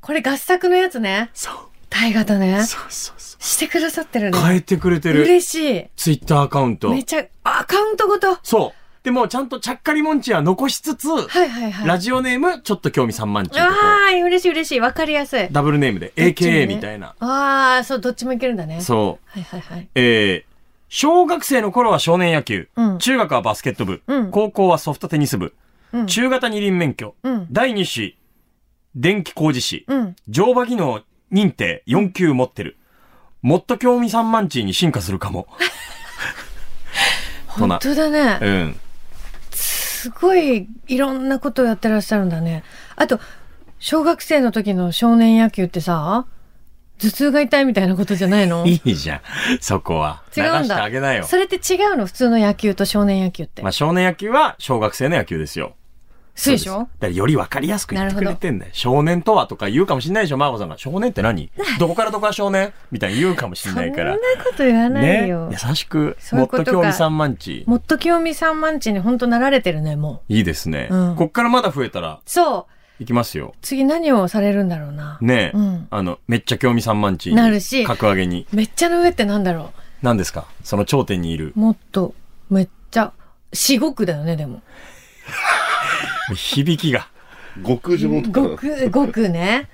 S3: これ合作のやつね
S4: そう。
S3: 大河とね
S4: そうそうそ
S3: してくださってる
S4: う。
S3: ね
S4: 変えてくれてる。
S3: 嬉し
S4: ツイッターアカウン
S3: い
S4: ト。
S3: めちゃアカウントごとは
S4: そう。でも、ちゃんとちゃっかりもんちーは残しつつ、
S3: いはいはい
S4: ラジオネーム、ちょっと興味3番ちーとこ。
S3: ああ嬉しい嬉しいわかりやすいう
S4: ダブルネームで、
S3: どっちもね
S4: AKA みたいな。
S3: ああそうどっちもいけるんだね
S4: そ
S3: は
S4: う。
S3: いはいはい
S4: えー小学生の頃は少年野球、
S3: うん
S4: 中学はバスケット部、
S3: うん
S4: 高校はソフトテニス部、
S3: うん
S4: 中型二輪免許、
S3: うん
S4: 第2子、電気工事士、
S3: うん。
S4: 乗馬技能認定4級持ってる。もっと興味三万地に進化するかも。と
S3: 本
S4: な。
S3: 当だね。
S4: うん。
S3: すごいいろんなことをやってらっしゃるんだね。あと、小学生の時の少年野球ってさ、頭痛が痛いみたいなことじゃないの違
S4: いいじゃん。そこは。
S3: うん
S4: 流して
S3: だ
S4: あげな。よ。
S3: それって違うの普通の野球と少年野球って。
S4: まあ、少年野球は小学生の野球ですよ。
S3: そうでし
S4: すだ
S3: ょ
S4: からより分かりやすく言ってく
S3: な
S4: れ
S3: るほ
S4: てんだよ。少年とはとか言うかもしれないでしょ、マーゴさんが。少年って何どこからどこから少年みたいに言うかもし
S3: そ
S4: れ
S3: ん
S4: な
S3: ない
S4: から。
S3: こと言わないよ。
S4: ね、優しく、
S3: そうい
S4: も
S3: う
S4: っ
S3: こと
S4: と
S3: か
S4: 興味三万地。
S3: もっと清美三万地に本当なられてるね、もう。
S4: いいですね。
S3: うん
S4: こっからまだ増えたら、
S3: そう。
S4: いきますよ。
S3: 次何をされるんだろうな。
S4: ねえ、
S3: うん
S4: あの、めっちゃ興味三万地に。
S3: なるし
S4: 格上げに。
S3: めっちゃの上ってなんだろ
S4: 何ですかその頂点にいる
S3: う。。もっと、めっちゃ、至極だよね、でも。
S4: 響きが、
S5: 極上と
S3: ご
S5: か。
S3: く、ごくね。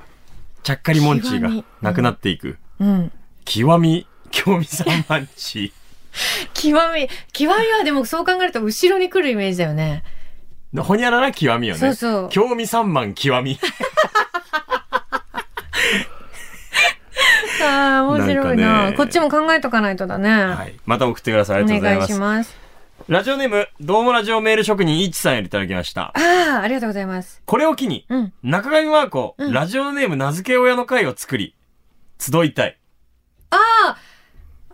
S4: ちゃっかりもんちが
S3: 極み
S4: なくなっていく。
S3: うん。
S4: 極み、興味三万地。
S3: 極み、極みはでもそう考えると後ろに来るイメージだよね。
S4: ほにゃらら極みよね。
S3: そうそう
S4: 興味三万 極み。
S3: ああ、面白いな
S4: なんかね
S3: こっちも考えとかないとだね。
S4: はい。また送ってください。あり
S3: お
S4: がとうござい
S3: 願い
S4: ます。
S3: します。
S4: ラジオネーム、どうもラジオメール職人、いちさんよりいただきました。
S3: ああ、ありがとうございます。
S4: これを機に、
S3: うん。
S4: 中上マー子を、
S3: うん
S4: ラジオネーム名付け親の会を作り、集いたい。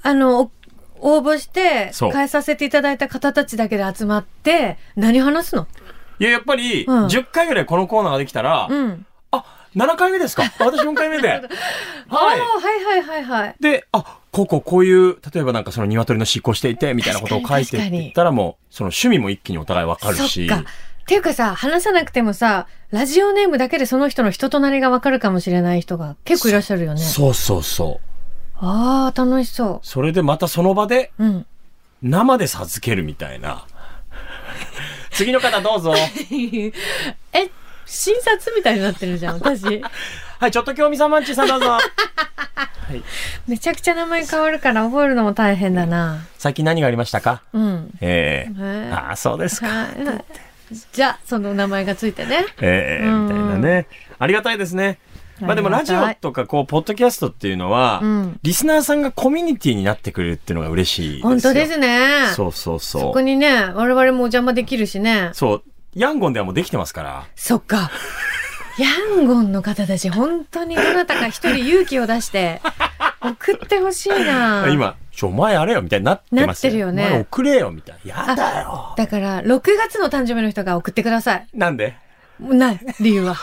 S3: あの、お応募して
S4: そう、
S3: 変えさせていただいた方たちだけで集まって、何話すの
S4: いや、やっぱり、
S3: うん
S4: 10回ぐらいこのコーナーができたら、
S3: うん。
S4: あ、7回 目ですか私4回目で。
S3: はい、
S4: は
S3: はいはいはいはい。
S4: い。で、あ、こここういう、例えばなんかその鶏の執行していて、みたいなことを書い
S3: 確
S4: て
S3: か
S4: って
S3: に
S4: 言ったらもう、その趣味も一気にお互いわかるし。
S3: そっか。っていうかさ、話さなくてもさ、ラジオネームだけでその人の人となりがわかるかもしれない人が結構いらっしゃるよね。
S4: そうそうそう。
S3: ああ、楽しそ
S4: それでまたその場で、
S3: う。うん。
S4: 生で授けるみたいな。 次の方どうぞ。
S3: え、診察みたいになってるじゃん、 私。
S4: はい、ちょっと興味さまんちさんど うぞ。
S3: めちゃくちゃ名前変わるから覚えるのも大変だな。
S4: 最近何がありましたか
S3: うん。
S4: ええ
S3: ね
S4: ああ、そうですか。
S3: はいはい。じゃあ、その名前がついてね。
S4: ええ
S3: うん
S4: みたいなね。ありがたいですね。まあでも
S3: あ
S4: ラ
S3: り
S4: ジ
S3: がたい
S4: オとかこう、ポッドキャストっていうのは、
S3: うん
S4: リスナーさんがコミュニティになってくれるっていうのが嬉しいですよ。
S3: 本当ですね。
S4: そうそうそう。
S3: ここにね、我々もお邪魔できるしね。
S4: そう。ヤンゴンではもうできてますから。
S3: そっか。ヤンゴンの方たち、本当にどなたか一人勇気を出 して、送ってほしいな。。
S4: 今、ちょ、お前あれよ、みたいになってます
S3: なってるよね
S4: お前遅れよ、みたいな。やだよ。
S3: だから、6月の誕生日の人が送ってください。
S4: なんで
S3: もうない、理由は。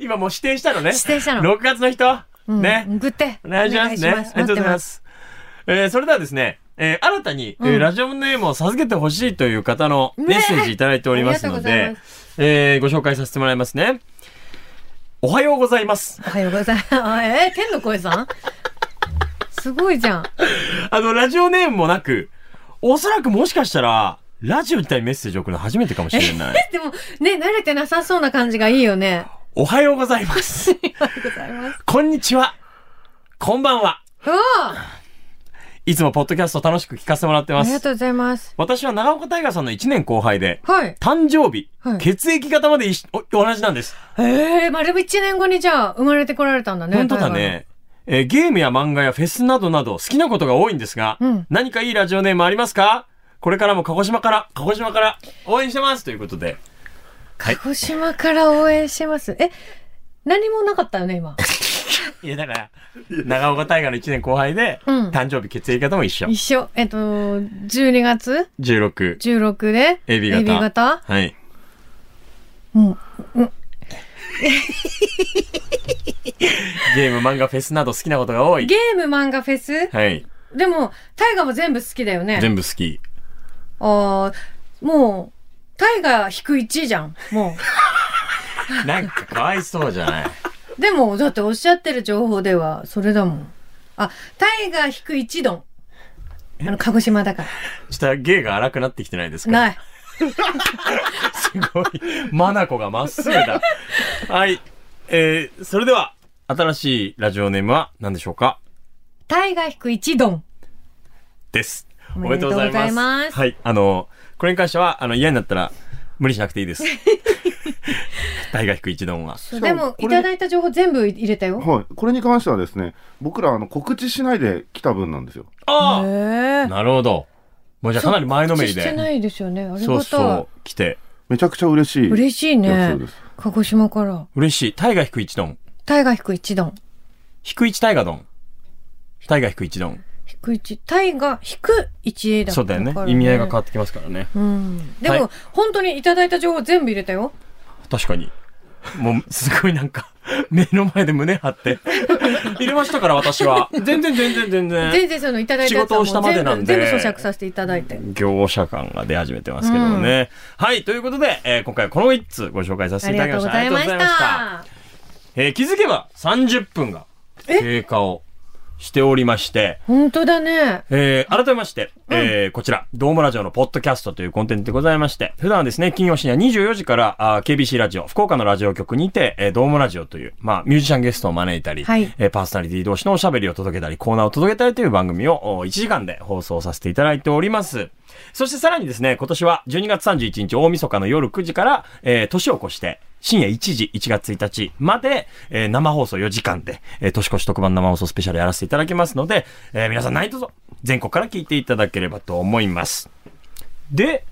S4: 今もう指定したのね。
S3: 指定したの
S4: 6月の人、
S3: うん
S4: ね。
S3: 送って。
S4: お願いしますね。
S3: お
S4: あ
S3: 願いし
S4: りがとう
S3: 待って
S4: ございま
S3: ます。
S4: す。えー、それではですね、えー、新た
S3: ん
S4: に、えーラジオネームを授けてほしいという方のメッセージいただいておりますの
S3: ねえあ
S4: で、
S3: りがとうございま
S4: えー、ご紹介させてもらいますね。おはようございます。
S3: おはようございます。えー、天の声さんすごいじゃん。
S4: あの、ラジオネームもなく、おそらくもしかしたら、ラジオ自体にメッセージを送るの初めてかもしれ ない。
S3: でも、ね、慣れてなさそうな感じがいいよね。
S4: おはようございます。
S3: ありがとうございます。
S4: こんにちは。こんばんは。
S3: おー
S4: いつもポッドキャスト楽しく聞かせてもらって
S3: あ
S4: ま
S3: りが
S4: す。
S3: とうございます。
S4: 私は長岡大河さんの1年後輩で、
S3: はい。
S4: 誕生日、
S3: はい
S4: 血液型まで一緒お同じなんです。
S3: えー、丸1年後にじゃあ、生まれてこられたんだね。
S4: 本当だね。えーゲームや漫画やフェスなどなど好きなことが多いんですが、
S3: うん
S4: 何かいいラジオネームありますかこれからも鹿児島から、鹿児島から応援してますということで。はい
S3: 鹿児島から応援してます。え、何もなかったよね、今。
S4: いや、だから、長岡大河の1年後輩で、
S3: うん
S4: 誕生日血液型も一緒
S3: 一。緒。えっと、12月
S4: 16。
S3: 16で。
S4: AB 型
S3: AB 型
S4: はい。
S3: うん。
S4: ゲーム、漫画、フェスなど好きなことが多い。
S3: ゲーム、漫画、フェス
S4: はい。
S3: でも、タイガも全部好きだよね。
S4: 全部好き。
S3: あーもう、タイガ引く1じゃん。も
S4: なんかかわいそうじゃない。
S3: う。でも、だっておっしゃってる情報では、それだもん。あ、タイガ引く1ドン。あの、鹿児島だから。
S4: 下、芸が荒くなってきてないですか
S3: ない。
S4: すごい。マナコがまっすぐ だ。はい。えー、それでは、新しいラジオネームは何でしょうか
S3: タイガ引く1ドン。
S4: です。お
S3: お
S4: め
S3: め
S4: で
S3: でと
S4: とう
S3: う
S4: ご
S3: ご
S4: ざ
S3: ざ
S4: い
S3: い
S4: ま
S3: ます
S4: す。はい。あの、これに関しては、あの、嫌になったら、無理しなくてい いです。大が低い一丼は。
S3: そう
S5: しか
S3: で
S5: も
S3: も、
S5: これ
S3: いただいた情報全部入れたよ。
S5: はい。これに関してはですね、僕らあの告知しないで来た分なんですよ。
S3: へ
S4: ああ
S3: え。
S4: なるほど。もうじゃあかなり前のめり
S3: してな
S4: で。
S3: いですよね。あり
S4: そう
S3: がた
S4: そ。
S3: いう
S4: 来て。
S5: めちゃくちゃ嬉しい。
S3: 嬉しい
S5: や
S3: ね
S5: そうです。
S3: 鹿児島から。
S4: 嬉しい。大が低い一丼。
S3: タイが引く一丼。
S4: 低い一大が丼。大が低い一丼。
S3: 引く一、タイが引く一 a だった
S4: そう
S3: か
S4: だ
S3: ら、
S4: よ
S3: ね。
S4: ね。意味合いが変わってきますからね。
S3: うん。でも、
S4: はい
S3: 本当にいただいた情報全部入れたよ。
S4: 確かに。もう、すごいなんか、目の前で胸 張って。入れましたから、私は。全然全然全然。
S3: 全然そのいただいたやつはもう
S4: 仕事をしたまでなんで
S3: 全部全部咀嚼させていただいて。
S4: 業者感が出始めてますけどもね。はい、ということで、えー今回はこの1つご紹介させ
S3: あ
S4: て
S3: り
S4: いた
S3: が
S4: だき
S3: と
S4: ま
S3: うございまし
S4: した。ありがとうございま
S3: た。
S4: した。えー気づけば30分が経過をしておりまして、
S3: 本当だね。
S4: えー改めまして、えーこちら、ドームラジオのポッドキャストというコンテンツでございまして、普段はですね、金曜深夜24時から、あー KBC ラジオ、福岡のラジオ局にて、えードームラジオという、まあ、ミュージシャンゲストを招いたり、
S3: はい
S4: えーパーソナリティ同士のおしゃべりを届けたり、コーナーを届けたりという番組をお1時間で放送させていただいております。そしてさらにですね、今年は12月31日大晦日の夜9時から、えー年を越して、深夜1時、1月1日まで、えー生放送4時間で、えー年越し特番生放送スペシャルやらせていただきますので、えー皆さん何卒全国から聞いていただければと思います。で、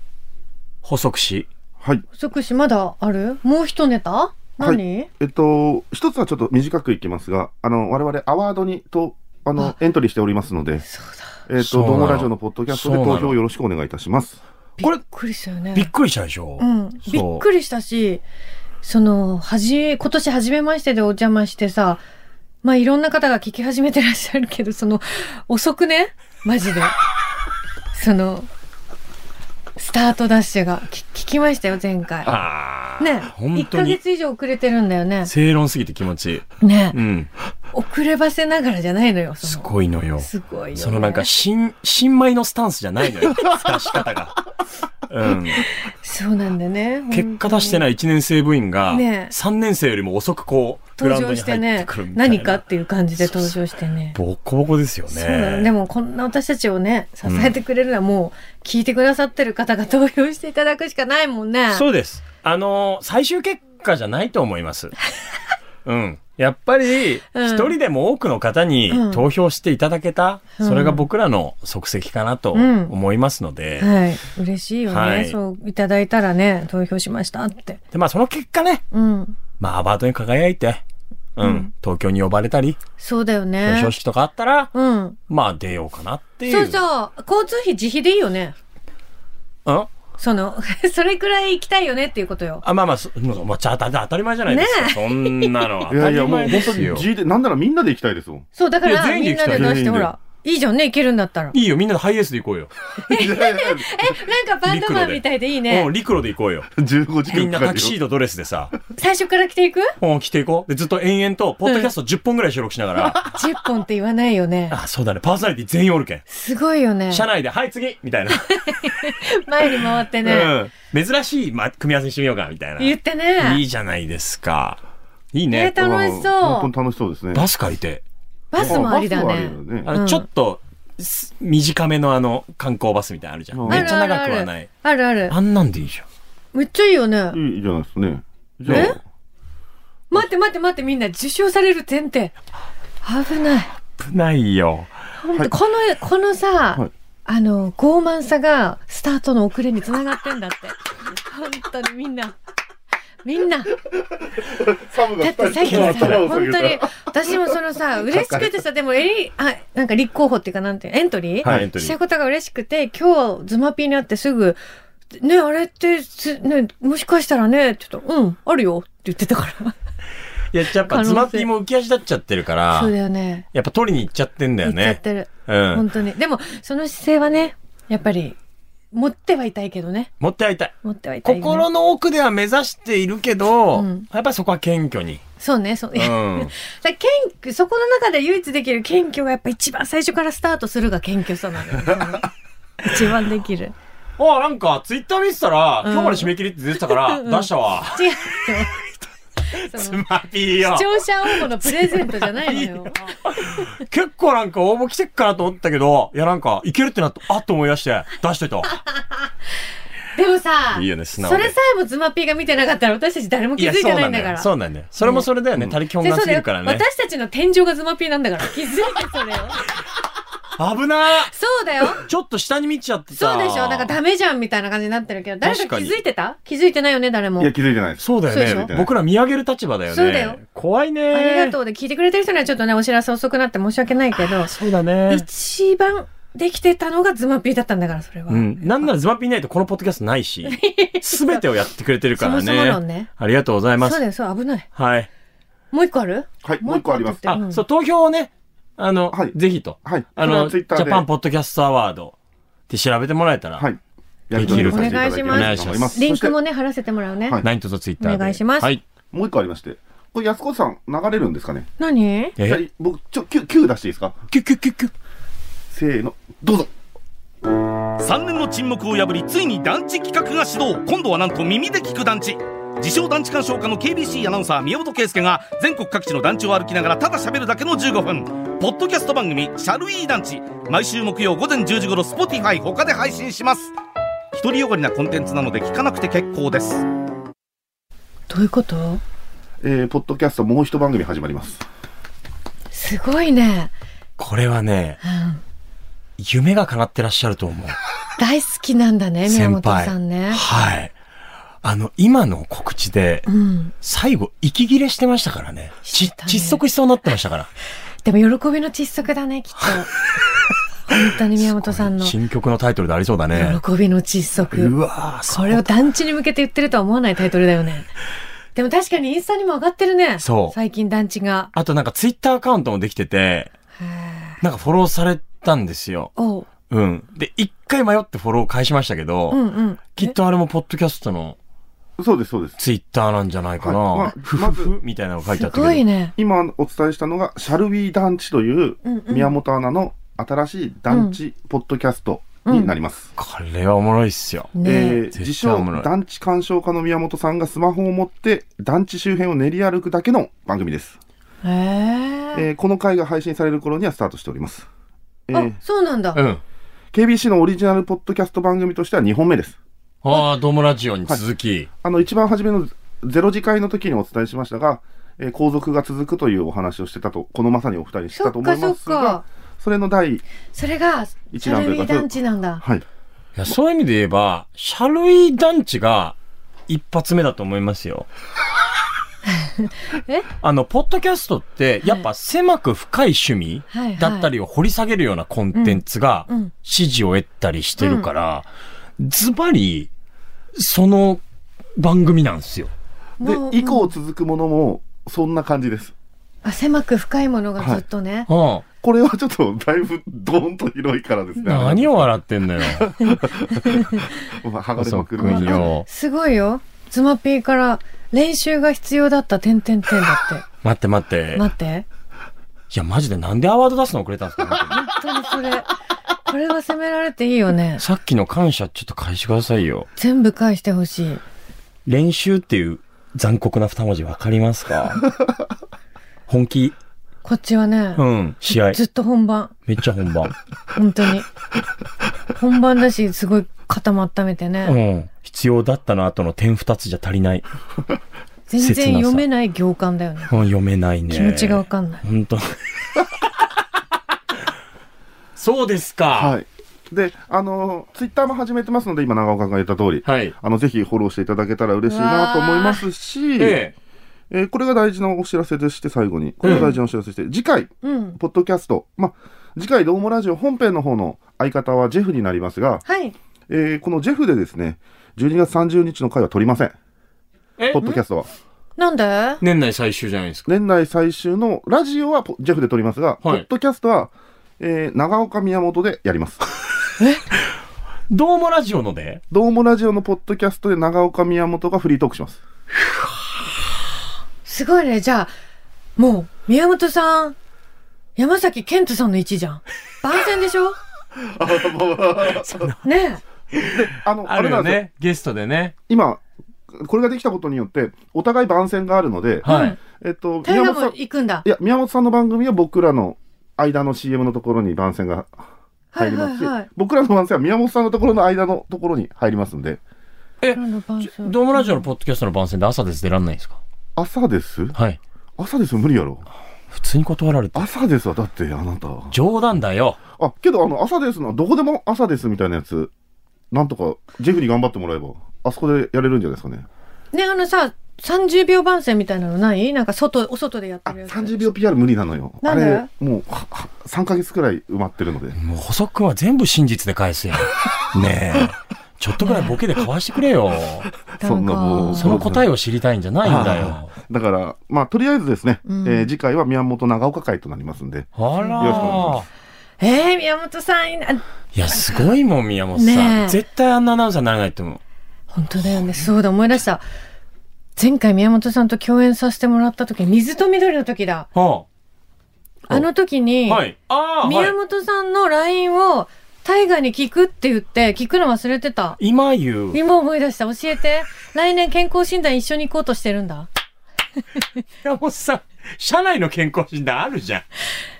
S4: 補足し、
S5: はい。
S3: 不足しまだあるもう一ネタ何、
S5: はい、えっと、一つはちょっと短くいきますが、あの、我々アワードにと、あの、エントリーしておりますので、えっ
S4: そう
S5: と、
S4: なの
S5: ドームラジオのポッドキャストで
S4: そうなの
S5: 投票よろしくお願いいたします。
S3: び
S4: これ
S3: っくりしたよね。
S4: びっくりしたでしょ
S3: うん、びっく
S4: り。
S3: りしたし、その、はじ、今年初めましてでお邪魔してさ、まあいろんな方が聞き始めてらっしゃるけど、その、遅くねマジで。 その、スタートダッシュが、き聞きましたよ、前回。
S4: あー
S3: ね
S4: 本
S3: 1
S4: 当
S3: ヶ
S4: に
S3: 月以上遅れてるんだよね。
S4: 正論すぎて気持ちいい。
S3: ね
S4: うん。
S3: 遅ればせながらじゃないのよ、そ
S4: す
S3: の。
S4: ごいのよ。
S3: すごいよ、ね。
S4: そのなんか、新、新米のスタンスじゃない のよ。出し方が。うん。
S3: そうなんだよね。
S4: 結果出してない1年生部員が、
S3: ねえ
S4: 3年生よりも遅くこう、
S3: 登
S4: グラウンド
S3: 場
S4: に
S3: して
S4: 入っ
S3: ね
S4: てくる、みたいな。
S3: 何かっていう感じで登場してね。
S4: ボコボコですよね。
S3: そうなのでもこんな私たちをね支えてくれるのはもう聞いてくださってる方が投票していただくしかないもんね。
S4: そうです。あのー最終結果じゃないと思 います。うん。やっぱり、
S3: うん
S4: 一人でも多くの方に
S3: うん
S4: 投票していただけた、
S3: うん
S4: それが僕らの足跡かなと
S3: うん
S4: 思いますので、
S3: はい嬉しいよね、
S4: はい
S3: そういただいたらね投票しましたって。
S4: で、まあその結果ね、
S3: うん
S4: まあアバートに輝いて、うん、東京に呼ばれたり、
S3: そうだよ
S4: 表
S3: ね
S4: 彰。式とかあったら、
S3: うん
S4: まあ出ようかなっていう。
S3: そうそう交通費自費でいいよね。
S4: うん
S3: その それくらい行きたいよねっていうことよ。
S4: あ、まあまあ、そまあ、ちゃ当た当たり前じゃないですか。
S3: ね
S4: そんなの当
S5: いや
S4: た
S5: いや、
S4: り
S5: もう
S4: 前
S5: 本
S4: で
S5: 当
S4: すよ
S5: に。G で、なんならみんなで行きたいですもん。
S3: そうだか
S4: いや
S3: ら
S4: 全員
S3: み
S4: で
S3: ん
S4: 行き
S3: な
S4: た
S3: で出
S4: い
S3: し
S5: 全
S3: て
S5: 員で
S3: ほらいいじゃんね行けるんだったら。
S4: いいよ、みんなでハイエースで行こうよ。
S3: なんかバンドマンみたいでいい
S4: うん、
S3: ね。
S4: 陸路で行こうよ。
S5: 15時
S4: み
S5: 間
S4: んな
S5: かか
S4: タ
S5: る
S4: キシー
S5: よ。
S4: ドドレスでさ、
S3: 最初から着てい く
S4: うん、着ていこう。で、ずっと延々と、ポッドキャスト10本ぐらい収録しながら、
S3: ?10 本って言わないよね。
S4: あ、そうだね、パーソナリティ全員おるけん。
S3: すごいよね。
S4: 社内で、はい、次みたいな。
S3: 前に回ってね。
S4: うん。珍しい、ま、組み合わせにしてみようか、みたいな。
S3: 言ってね。
S4: いいじゃないですか。いい
S3: え
S4: ね
S3: ー。楽しそ
S5: 本
S3: う。
S5: 当に楽しそうですね。
S4: バス借りて、
S3: バスもありだ
S5: バスもあり
S3: ね
S5: だ。ね
S4: あの、
S3: うん
S4: ちょっと、す短めのあの、観光バスみたいなのあるじゃん。
S5: うん
S4: めっちゃ
S3: ある
S4: 長
S3: あ
S4: く
S3: るあ
S4: は
S3: る
S4: ない。
S3: あるある。
S4: あんなんでいいじゃん。
S3: めっちゃいいよね。
S5: いいじゃないですかね。じゃあ、
S3: 待って待って待ってみんな受賞される前提。危ない。
S4: 危ないよ。
S3: 本当この、この
S5: は
S3: さ
S5: い、
S3: あの、傲慢さがスタートの遅れにつながってんだって。本当にみんな。みんな。
S5: サブ
S3: だってさっき
S5: の
S3: さ、
S5: 頭を
S3: 本
S5: 下げ
S3: 当
S5: た
S3: に、私もその さ、嬉しくてさ、でも、えり、あ、なんか立候補っていうか、なんて、エントリー
S4: はいエントリー
S3: したことが嬉しくて、今日、ズマピーに会ってすぐ、ね、あれって、すね、もしかしたらね、ちょっと、うん、あるよって言ってたから。
S4: いや、やっ
S3: 可能性
S4: ぱ、ズマピーも浮き足立っちゃってるから
S3: そう、だよね。
S4: やっぱ取りに行っちゃってんだ
S3: 言
S4: よ
S3: っちゃっ
S4: ね。
S3: てる。
S4: うん
S3: 本。当に。でも、その姿勢はね、やっぱり、持ってはいたいけどね。
S4: 持って会いたい。
S3: 持ってはいたい、ね。
S4: 心の奥では目指しているけど、
S3: うん
S4: やっぱりそこは謙虚に。
S3: そうね、そう。
S4: う
S3: いや
S4: ん。
S3: だから謙虚、そこの中で唯一できる謙虚がやっぱ一番最初からスタートするが謙虚さなのよ。 一番できる。
S4: あ、なんか、ツイッター見てたら、
S3: うん
S4: 今日まで締め切りって出てたから、
S3: うん
S4: 出したわ。
S3: 違うよ。そ
S4: ズ
S3: の
S4: マピーよ
S3: 視。聴者応募のプレゼントじゃないの よ。
S4: 結構なんか応募来てっかなと思ったけど、いやなんか、いけるってなった、あっと思い出して、出しといたわ。
S3: でもさ、
S4: いいよね素直
S3: そ
S4: で
S3: れさえもズマピーが見てなかったら私たち誰も気づいてないんだから。
S4: そうなんだよ。それもそれだよね。他力本
S3: で
S4: 願
S3: そう
S4: す
S3: だ
S4: ぎ
S3: よ
S4: るからね。
S3: 私たちの天井がズマピーなんだから。気づいてそれ を。
S4: 危なー
S3: そうだよ。
S4: ちょっと下に見ちゃってた。
S3: そうでしょなんかダメじゃんみたいな感じになってるけど、誰
S4: 確
S3: か
S4: か
S3: 気
S4: に
S3: づいてた気づいてないよね、誰も。
S5: い
S3: あ
S5: や、気づいてないです。
S4: そうだ
S3: そ
S4: よ
S3: う
S5: で
S4: ね。
S5: しょ
S4: 僕ら見上げる立場だよね。
S3: そうだよ
S4: 怖いねー。
S3: りがとうで聞いてくれてる人にはちょっとね、お知らせ遅くなって申し訳ないけど、
S4: そうだね。
S3: 一番できてたのがズマピーだったんだから、それは。
S4: うん。なんならズマピーないとこのポッドキャストな いし、すべてをやってくれてるからね。
S3: そもそも論ね
S4: ありがとうございま
S3: そう
S4: す。
S3: だよ、そう、危ない。
S4: はい。
S3: もう一個ある
S5: はいもう一個あります
S3: あ
S4: あ、
S3: るって、うん
S4: そう、投票をね、あの、
S5: はい
S4: ぜひと。
S5: はい。
S4: あ
S5: それ
S4: の、
S5: は
S4: ジ
S5: Twitter
S4: ャ
S5: で
S4: パンポッドキャストアワードって調べてもらえたら、
S5: はい。や
S4: できる
S5: させてただければ
S3: お
S4: 願いします
S5: と思ます
S3: リンクも
S5: そし
S3: ね、貼らせてもらうね。
S5: はい
S4: 何とぞツイッターで。
S3: お願いします
S4: はい。
S5: てもう一個ありまして。これ、安子さん、流れるんですかね
S3: 何
S5: じゃあ
S4: え、
S5: 僕、ちょ、9、九出していいですか
S4: キュッキュッキュッキュッ。
S5: せーの、どうぞ
S7: 3年の沈黙を破りついに団地企画が始動今度はなんと耳で聞く団地自称団地鑑賞家の KBC アナウンサー宮本圭介が全国各地の団地を歩きながらただ喋るだけの15分ポッドキャスト番組「シャルイー団地」毎週木曜午前10時頃 Spotify 他で配信します独りよがりなコンテンツなので聞かなくて結構です
S3: どういうこと
S5: えー、ポッドキャストもう一番組始まります。
S3: すごいね。
S4: これはね、
S3: うん
S4: 夢が叶ってらっしゃると思う。
S3: 大好きなんだね、宮
S4: 先
S3: 本
S4: 輩。
S3: さんね。
S4: はい。あの、今の告知で、
S3: うん。
S4: 最後、息切れしてましたからね。ち
S3: してたね
S4: 窒息しそうになってましたから。
S3: でも喜びの窒息だね、 きっと。本当に宮本さんの。喜
S4: 新曲のタイトルでありそうだね。
S3: びの窒
S4: う
S3: 息。
S4: わぁ、
S3: これを団地に向けて言ってるとは思わないタイトルだよね。でも確かにインスタにも上がってるね。
S4: そう
S3: 最近団地が。
S4: あとなんかツイッターアカウントもできてて、
S3: へー
S4: なんかフォローされたんですよ。
S3: おう。
S4: うん。で、一回迷ってフォロー返しましたけど、
S3: うんうん。
S4: きっとあれもポッドキャストの
S5: そうです、そうです。
S4: ツイッターなんじゃないかな。
S5: はいまあ
S4: ふふふみたいなのが書いてあ
S3: す
S4: ったけ
S3: ご
S4: ど。
S3: いね。
S5: 今お伝えしたのが、シャルウィー団地という
S3: うんうん
S5: 宮本アナの新しい団地ポッドキャストになります。
S4: これはおもろいっすよ。
S5: え
S3: ね
S5: ー
S4: 絶対
S5: 自
S4: おもろ
S5: 称
S4: い
S5: 団地鑑賞家の宮本さんがスマホを持って団地周辺を練り歩くだけの番組です。
S3: え。へえ。
S5: えーこの回が配信される頃にはスタートしております。えー
S3: あ、そうなんだ
S4: う。ん。
S5: KBC のオリジナルポッドキャスト番組としては2本目です。
S4: ああ、ドームラジオに続き。
S5: あの、一番初めのゼロ次会の時にお伝えしましたが、えー後続が続くというお話をしてたと、このまさにお二人して
S3: そ
S5: たと
S3: っ
S5: 思
S3: か
S5: い
S3: そ
S5: ま
S3: っ
S5: すが
S3: か、。
S5: それの第、
S3: それが、チ
S5: 一
S3: ャ
S5: 覧と
S3: ル
S5: いう
S3: ビ
S5: か
S3: ー団地なんだ。
S5: はい。
S4: いや、そういう意味で言えば、シャルイ団地が一発目だと思いますよ。
S3: え
S4: あの、ポッドキャストって、やっぱ狭く深い趣味
S3: はいはい
S4: だったりを掘り下げるようなコンテンツが
S3: うんうん
S4: 支持を得たりしてるから、ズバリ、その番組なんですよ。
S5: で
S3: もう、
S5: 以降続くものも、そんな感じです。
S3: あ、狭く深いものがずっとね。
S4: うん。
S5: これはちょっと、だいぶ、ドーンと広いからですね。
S4: 何を笑って んのよ。
S5: まあ剥がれ
S4: そ
S5: ま
S4: っ
S5: く
S4: く
S5: る。
S4: んよ。
S3: すごいよ。ズマピーから練習が必要だった点々点だっ。
S4: 待って待ってて。
S3: 待って。
S4: いや、マジでなんでアワード出すの遅れたんですか 本当に
S3: 本当にそれ。これは責められていいよね。
S4: さっきの感謝ちょっと返してくださいよ。
S3: 全部返してほしい。
S4: 練習っていう残酷な二文字わかりま すか本気。
S3: こっちはね
S4: う、ん。試合。
S3: ずっと本番。
S4: めっちゃ本番。
S3: 本当に。本番だし、すごい肩も温めてね。
S4: うん。必要だったの後の点二つじゃ足りない。
S3: 全
S4: 切な
S3: 然
S4: さ
S3: 読めない行間だよね。
S4: うん、読めないね。
S3: 気持ちがわかんない。
S4: 本当。そうですか。
S5: はい。で、あの、ツイッターも始めてますので、今、長岡が言った通り、
S4: はい。
S5: あの、ぜひフォローしていただけたら嬉しいなと思いますし、
S4: ええ。
S5: えーこれが大事なお知らせでして、最後に。これが大事なお知らせでして、次回、
S3: うん。
S5: ポッドキャスト、まあ、次回、ドームラジオ本編の方の相方はジェフになりますが、
S3: はい。
S5: えーこのジェフでですね、12月30日の回は撮りません。
S4: え
S5: ポッドキャストは。
S3: なんで
S4: 年内最終じゃないですか。
S5: 年内最終のラジオはポジェフで撮りますが、ポッドキャストは、えー長岡宮本でやります。
S4: どうもラジオので
S5: どうもラジオのポッドキャストで長岡宮本がフリートークします。
S3: すごいね。じゃあ、もう、宮本さん、山崎健人さんの位置じゃん。番宣でしょね
S5: あの、あれなんですよ。
S4: ね。ゲストでね。
S5: 今、これができたことによって、お互い番宣があるので、
S4: はい。
S5: えっと
S3: え、、大
S5: 宮
S3: 河
S5: 本
S3: も
S5: さん、い
S3: 行くんだ。
S5: や、宮本さんの番組は僕らの間の CM のところに番宣が入ります
S3: はい
S5: し、
S3: はいはい
S5: 僕らの番宣は宮本さんのところの間のところに入りますんで、
S4: え、
S3: の伴奏
S4: ドームラジオのポッドキャストの番宣で朝です出らんないんですか
S5: 朝です
S4: はい。
S5: 朝です無理やろ。
S4: 普通に断られて。
S5: 朝ですはだってあなた。
S4: 冗談だよ。
S5: あ、けどあの朝ですのどこでも朝ですみたいなやつ、なんとかジェフに頑張ってもらえば、あそこでやれるんじゃないですかね。
S3: ね、あのさ、30秒番宣みたいなのないなんか外、お外でやって
S5: あ、
S3: るやつ。
S5: 30秒 PR 無理なのよ。
S3: なんで
S5: あれ、もうはは3ヶ月くらい埋まってるので。
S4: もう細くんは全部真実で返 すよ。ねえ。ちょっとぐらいボケでかわしてくれよ。
S3: か
S5: そんなもう。
S4: その答えを知りたいんじゃないんだ
S5: は
S4: よ。
S5: いだから、まあ、とりあえずですね、
S3: うん
S5: えー次回は宮本長岡会となりますんで、
S4: あ
S5: よろしくお願いしま
S4: ら。
S3: えー、宮本さんいいな。
S4: いや、すごいもん、宮本
S3: ね
S4: さん。
S3: え
S4: 絶対あんなアナウンサーになれないと思う。
S3: 本当だよね。そうだ、思い出した。前回宮本さんと共演させてもらった時、水と緑の時だ。
S4: は
S3: あの時に、
S4: あ、はい。ああ、はい
S3: 宮。本さんの LINE を、タイガーに聞くって言って、聞くの忘れてた。
S4: 今言う。
S3: 今思い出した。教えて。来年健康診断一緒に行こうとしてるんだ。
S4: 宮本さん、社内の健康診断あるじゃん。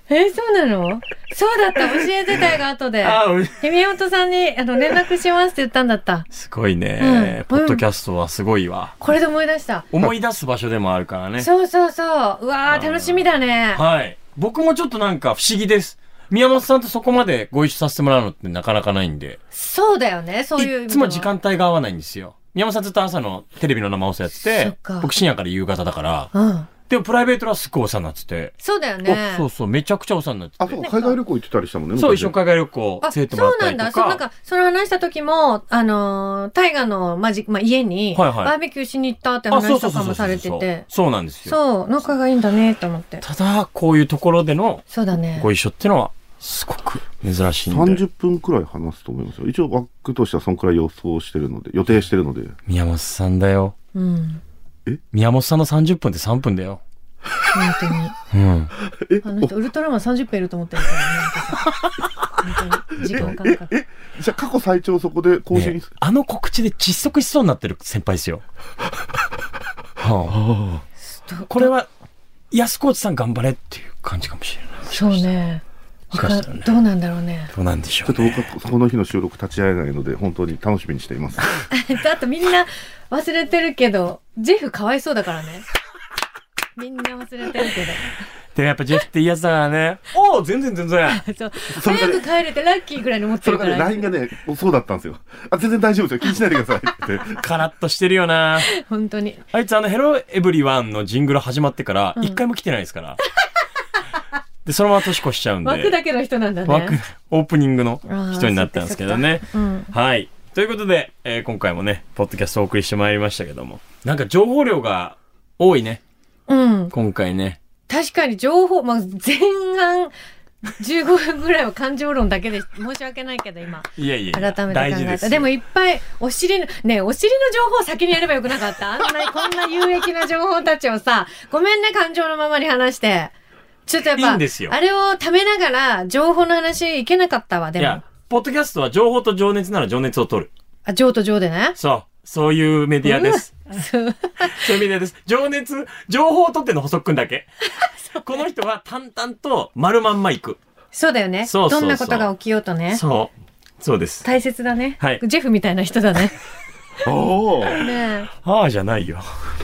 S3: えー、そうなのそうだった。教えて、タイガー後で。
S4: あうん
S3: で宮本さんに、あの、連絡しますって言ったんだった。
S4: すごい
S3: うん
S4: ね。ポッドキャストはすごいわ。
S3: これで思い出した。
S4: 思い出す場所でもあるからね。
S3: そうそうそう。うわ
S4: うん
S3: ー、楽しみだね。
S4: はい。僕もちょっとなんか不思議です。宮本さんとそこまでご一緒させてもらうのってなかなかないんで。
S3: そうだよね、そういう意
S4: いっ
S3: 味
S4: つ
S3: では
S4: も時間帯が合わないんですよ。宮本さんずっと朝のテレビの生放送やって
S3: そ
S4: て
S3: っか、
S4: 僕深夜から夕方だから、
S3: うん。
S4: でもプライベートはすっごいお世話になってて、
S3: そうだよ
S4: お
S3: ね。
S4: そうそう、めちゃくちゃお世話になって
S5: あ、
S4: て。
S5: そう、海外旅行行ってたりしたもんね。
S4: そう、
S5: 昔
S4: 一緒に海外旅行
S3: あ、
S4: 連
S3: そ
S4: れてもらっ
S3: う
S4: た
S3: な
S4: り
S3: ん
S4: と
S3: だ。
S4: か。
S3: そう、なんか、その話した時も、あのー、大河の、まじ、まあ、家に、
S4: はいはい
S3: バーベキューしに行ったって
S4: あそう
S3: 話
S4: そ
S3: と
S4: うそう
S3: か
S4: そう
S3: もされてて。
S4: そうなんですよ。
S3: そう、仲がいいんだね、と思って。
S4: ただ、こういうところでの
S3: そうだね。
S4: ご一緒ってのは、すごく珍しいんで。
S5: 30分くらい話すと思いますよ。一応、枠としてはそんくらい予想してるので、予定してるので。
S4: 宮本さんだよ。
S3: うん。
S4: 宮本さんの30分って3分だよ。
S3: 本当に。
S4: うん。
S5: え、
S3: あの人、ウルトラマン30分いると思ってるからねなんかさ。本当に、時間感覚。
S5: おじゃあ過去最長そこで更新、
S4: ねあの告知で窒息しそうになってる先輩 ですよ。は
S5: あ
S4: あ、これは、安河内さん頑張れっていう感じかもしれない。
S3: そうね。わ
S4: しか
S3: か
S4: したらね
S3: どうなんだろうね。
S4: どうなんでしょ
S5: あ。ちょ
S4: う、
S5: っと
S4: ね。
S5: 僕はこの日の収録立ち会えないので、本当に楽しみにして います。
S3: あとみんな忘れてるけど、ジェフかわいそうだからね。みんな忘れてる
S4: でもやっぱジェフっていいやつだからね。おお全然全然。
S3: けど。そ
S5: そう
S3: 早
S5: れがね
S3: く帰れてラッキーぐらいに思って
S5: それ
S3: るか
S5: がね、
S3: ら。
S5: LINE がね、そうだったんですよ。あ、全然大丈夫ですよ。気にしないでくださいって。
S4: カラッとしてるよな。
S3: 本当に。
S4: あいつあの、ヘロエブリワンのジングル始まってから、一回も来てないですから。 で、そのまま年越しちゃうんで。
S3: 枠だけの人なんだ
S4: 枠
S3: ね。
S4: オープニングの
S3: あー
S4: 人になったんですけどね。
S3: うん。
S4: はい。ということで、えー今回もね、ポッドキャストをお送りしてまいりましたけども。なんか情報量が多いね。
S3: うん。
S4: 今回ね。
S3: 確かに情報、まあ、前半15分ぐらいは感情論だけで申し訳ないけど今。
S4: いやいやい
S3: 改
S4: や
S3: めて
S4: 大
S3: 考
S4: 事
S3: え
S4: で
S3: た。
S4: す。
S3: でも、いっぱい、お尻の、ねえお尻の情報を先にやればよくなかったあんな、こんな有益な情報たちをさ、ごめんね、感情のままに話して。ちょっとやっぱ、
S4: いいんですよ
S3: あれをためながら、情報の話いけなかったわ、で
S4: い
S3: も
S4: や。、ポッドキャストは情報と情熱なら情熱を取る。
S3: あ、情と情でね。
S4: そう。そういうメディアで
S3: そう
S4: す。そういうメディア です。情熱、情報を取ってんの細くんだけ。この人は淡々と丸まんまいく。
S3: そうだよね
S4: そうそうそう
S3: どんなことが起きようとね。
S4: そう。そうです。
S3: 大切だね、
S4: はい
S3: ジェフみたいな人だね。
S5: おー
S3: ね
S4: ああじゃないよ。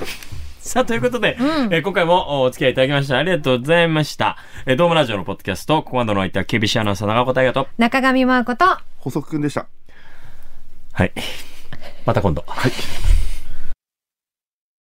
S4: さあ、ということで、えー今回もお付き合いいただきましてありがとうございました。えー、ドームラジオのポッドキャスト、ここまでの相手は KBC アナウンサー長岡大和と。
S3: え中上真亜子と、
S5: 補足くんでした。
S4: はい。また今度。はい。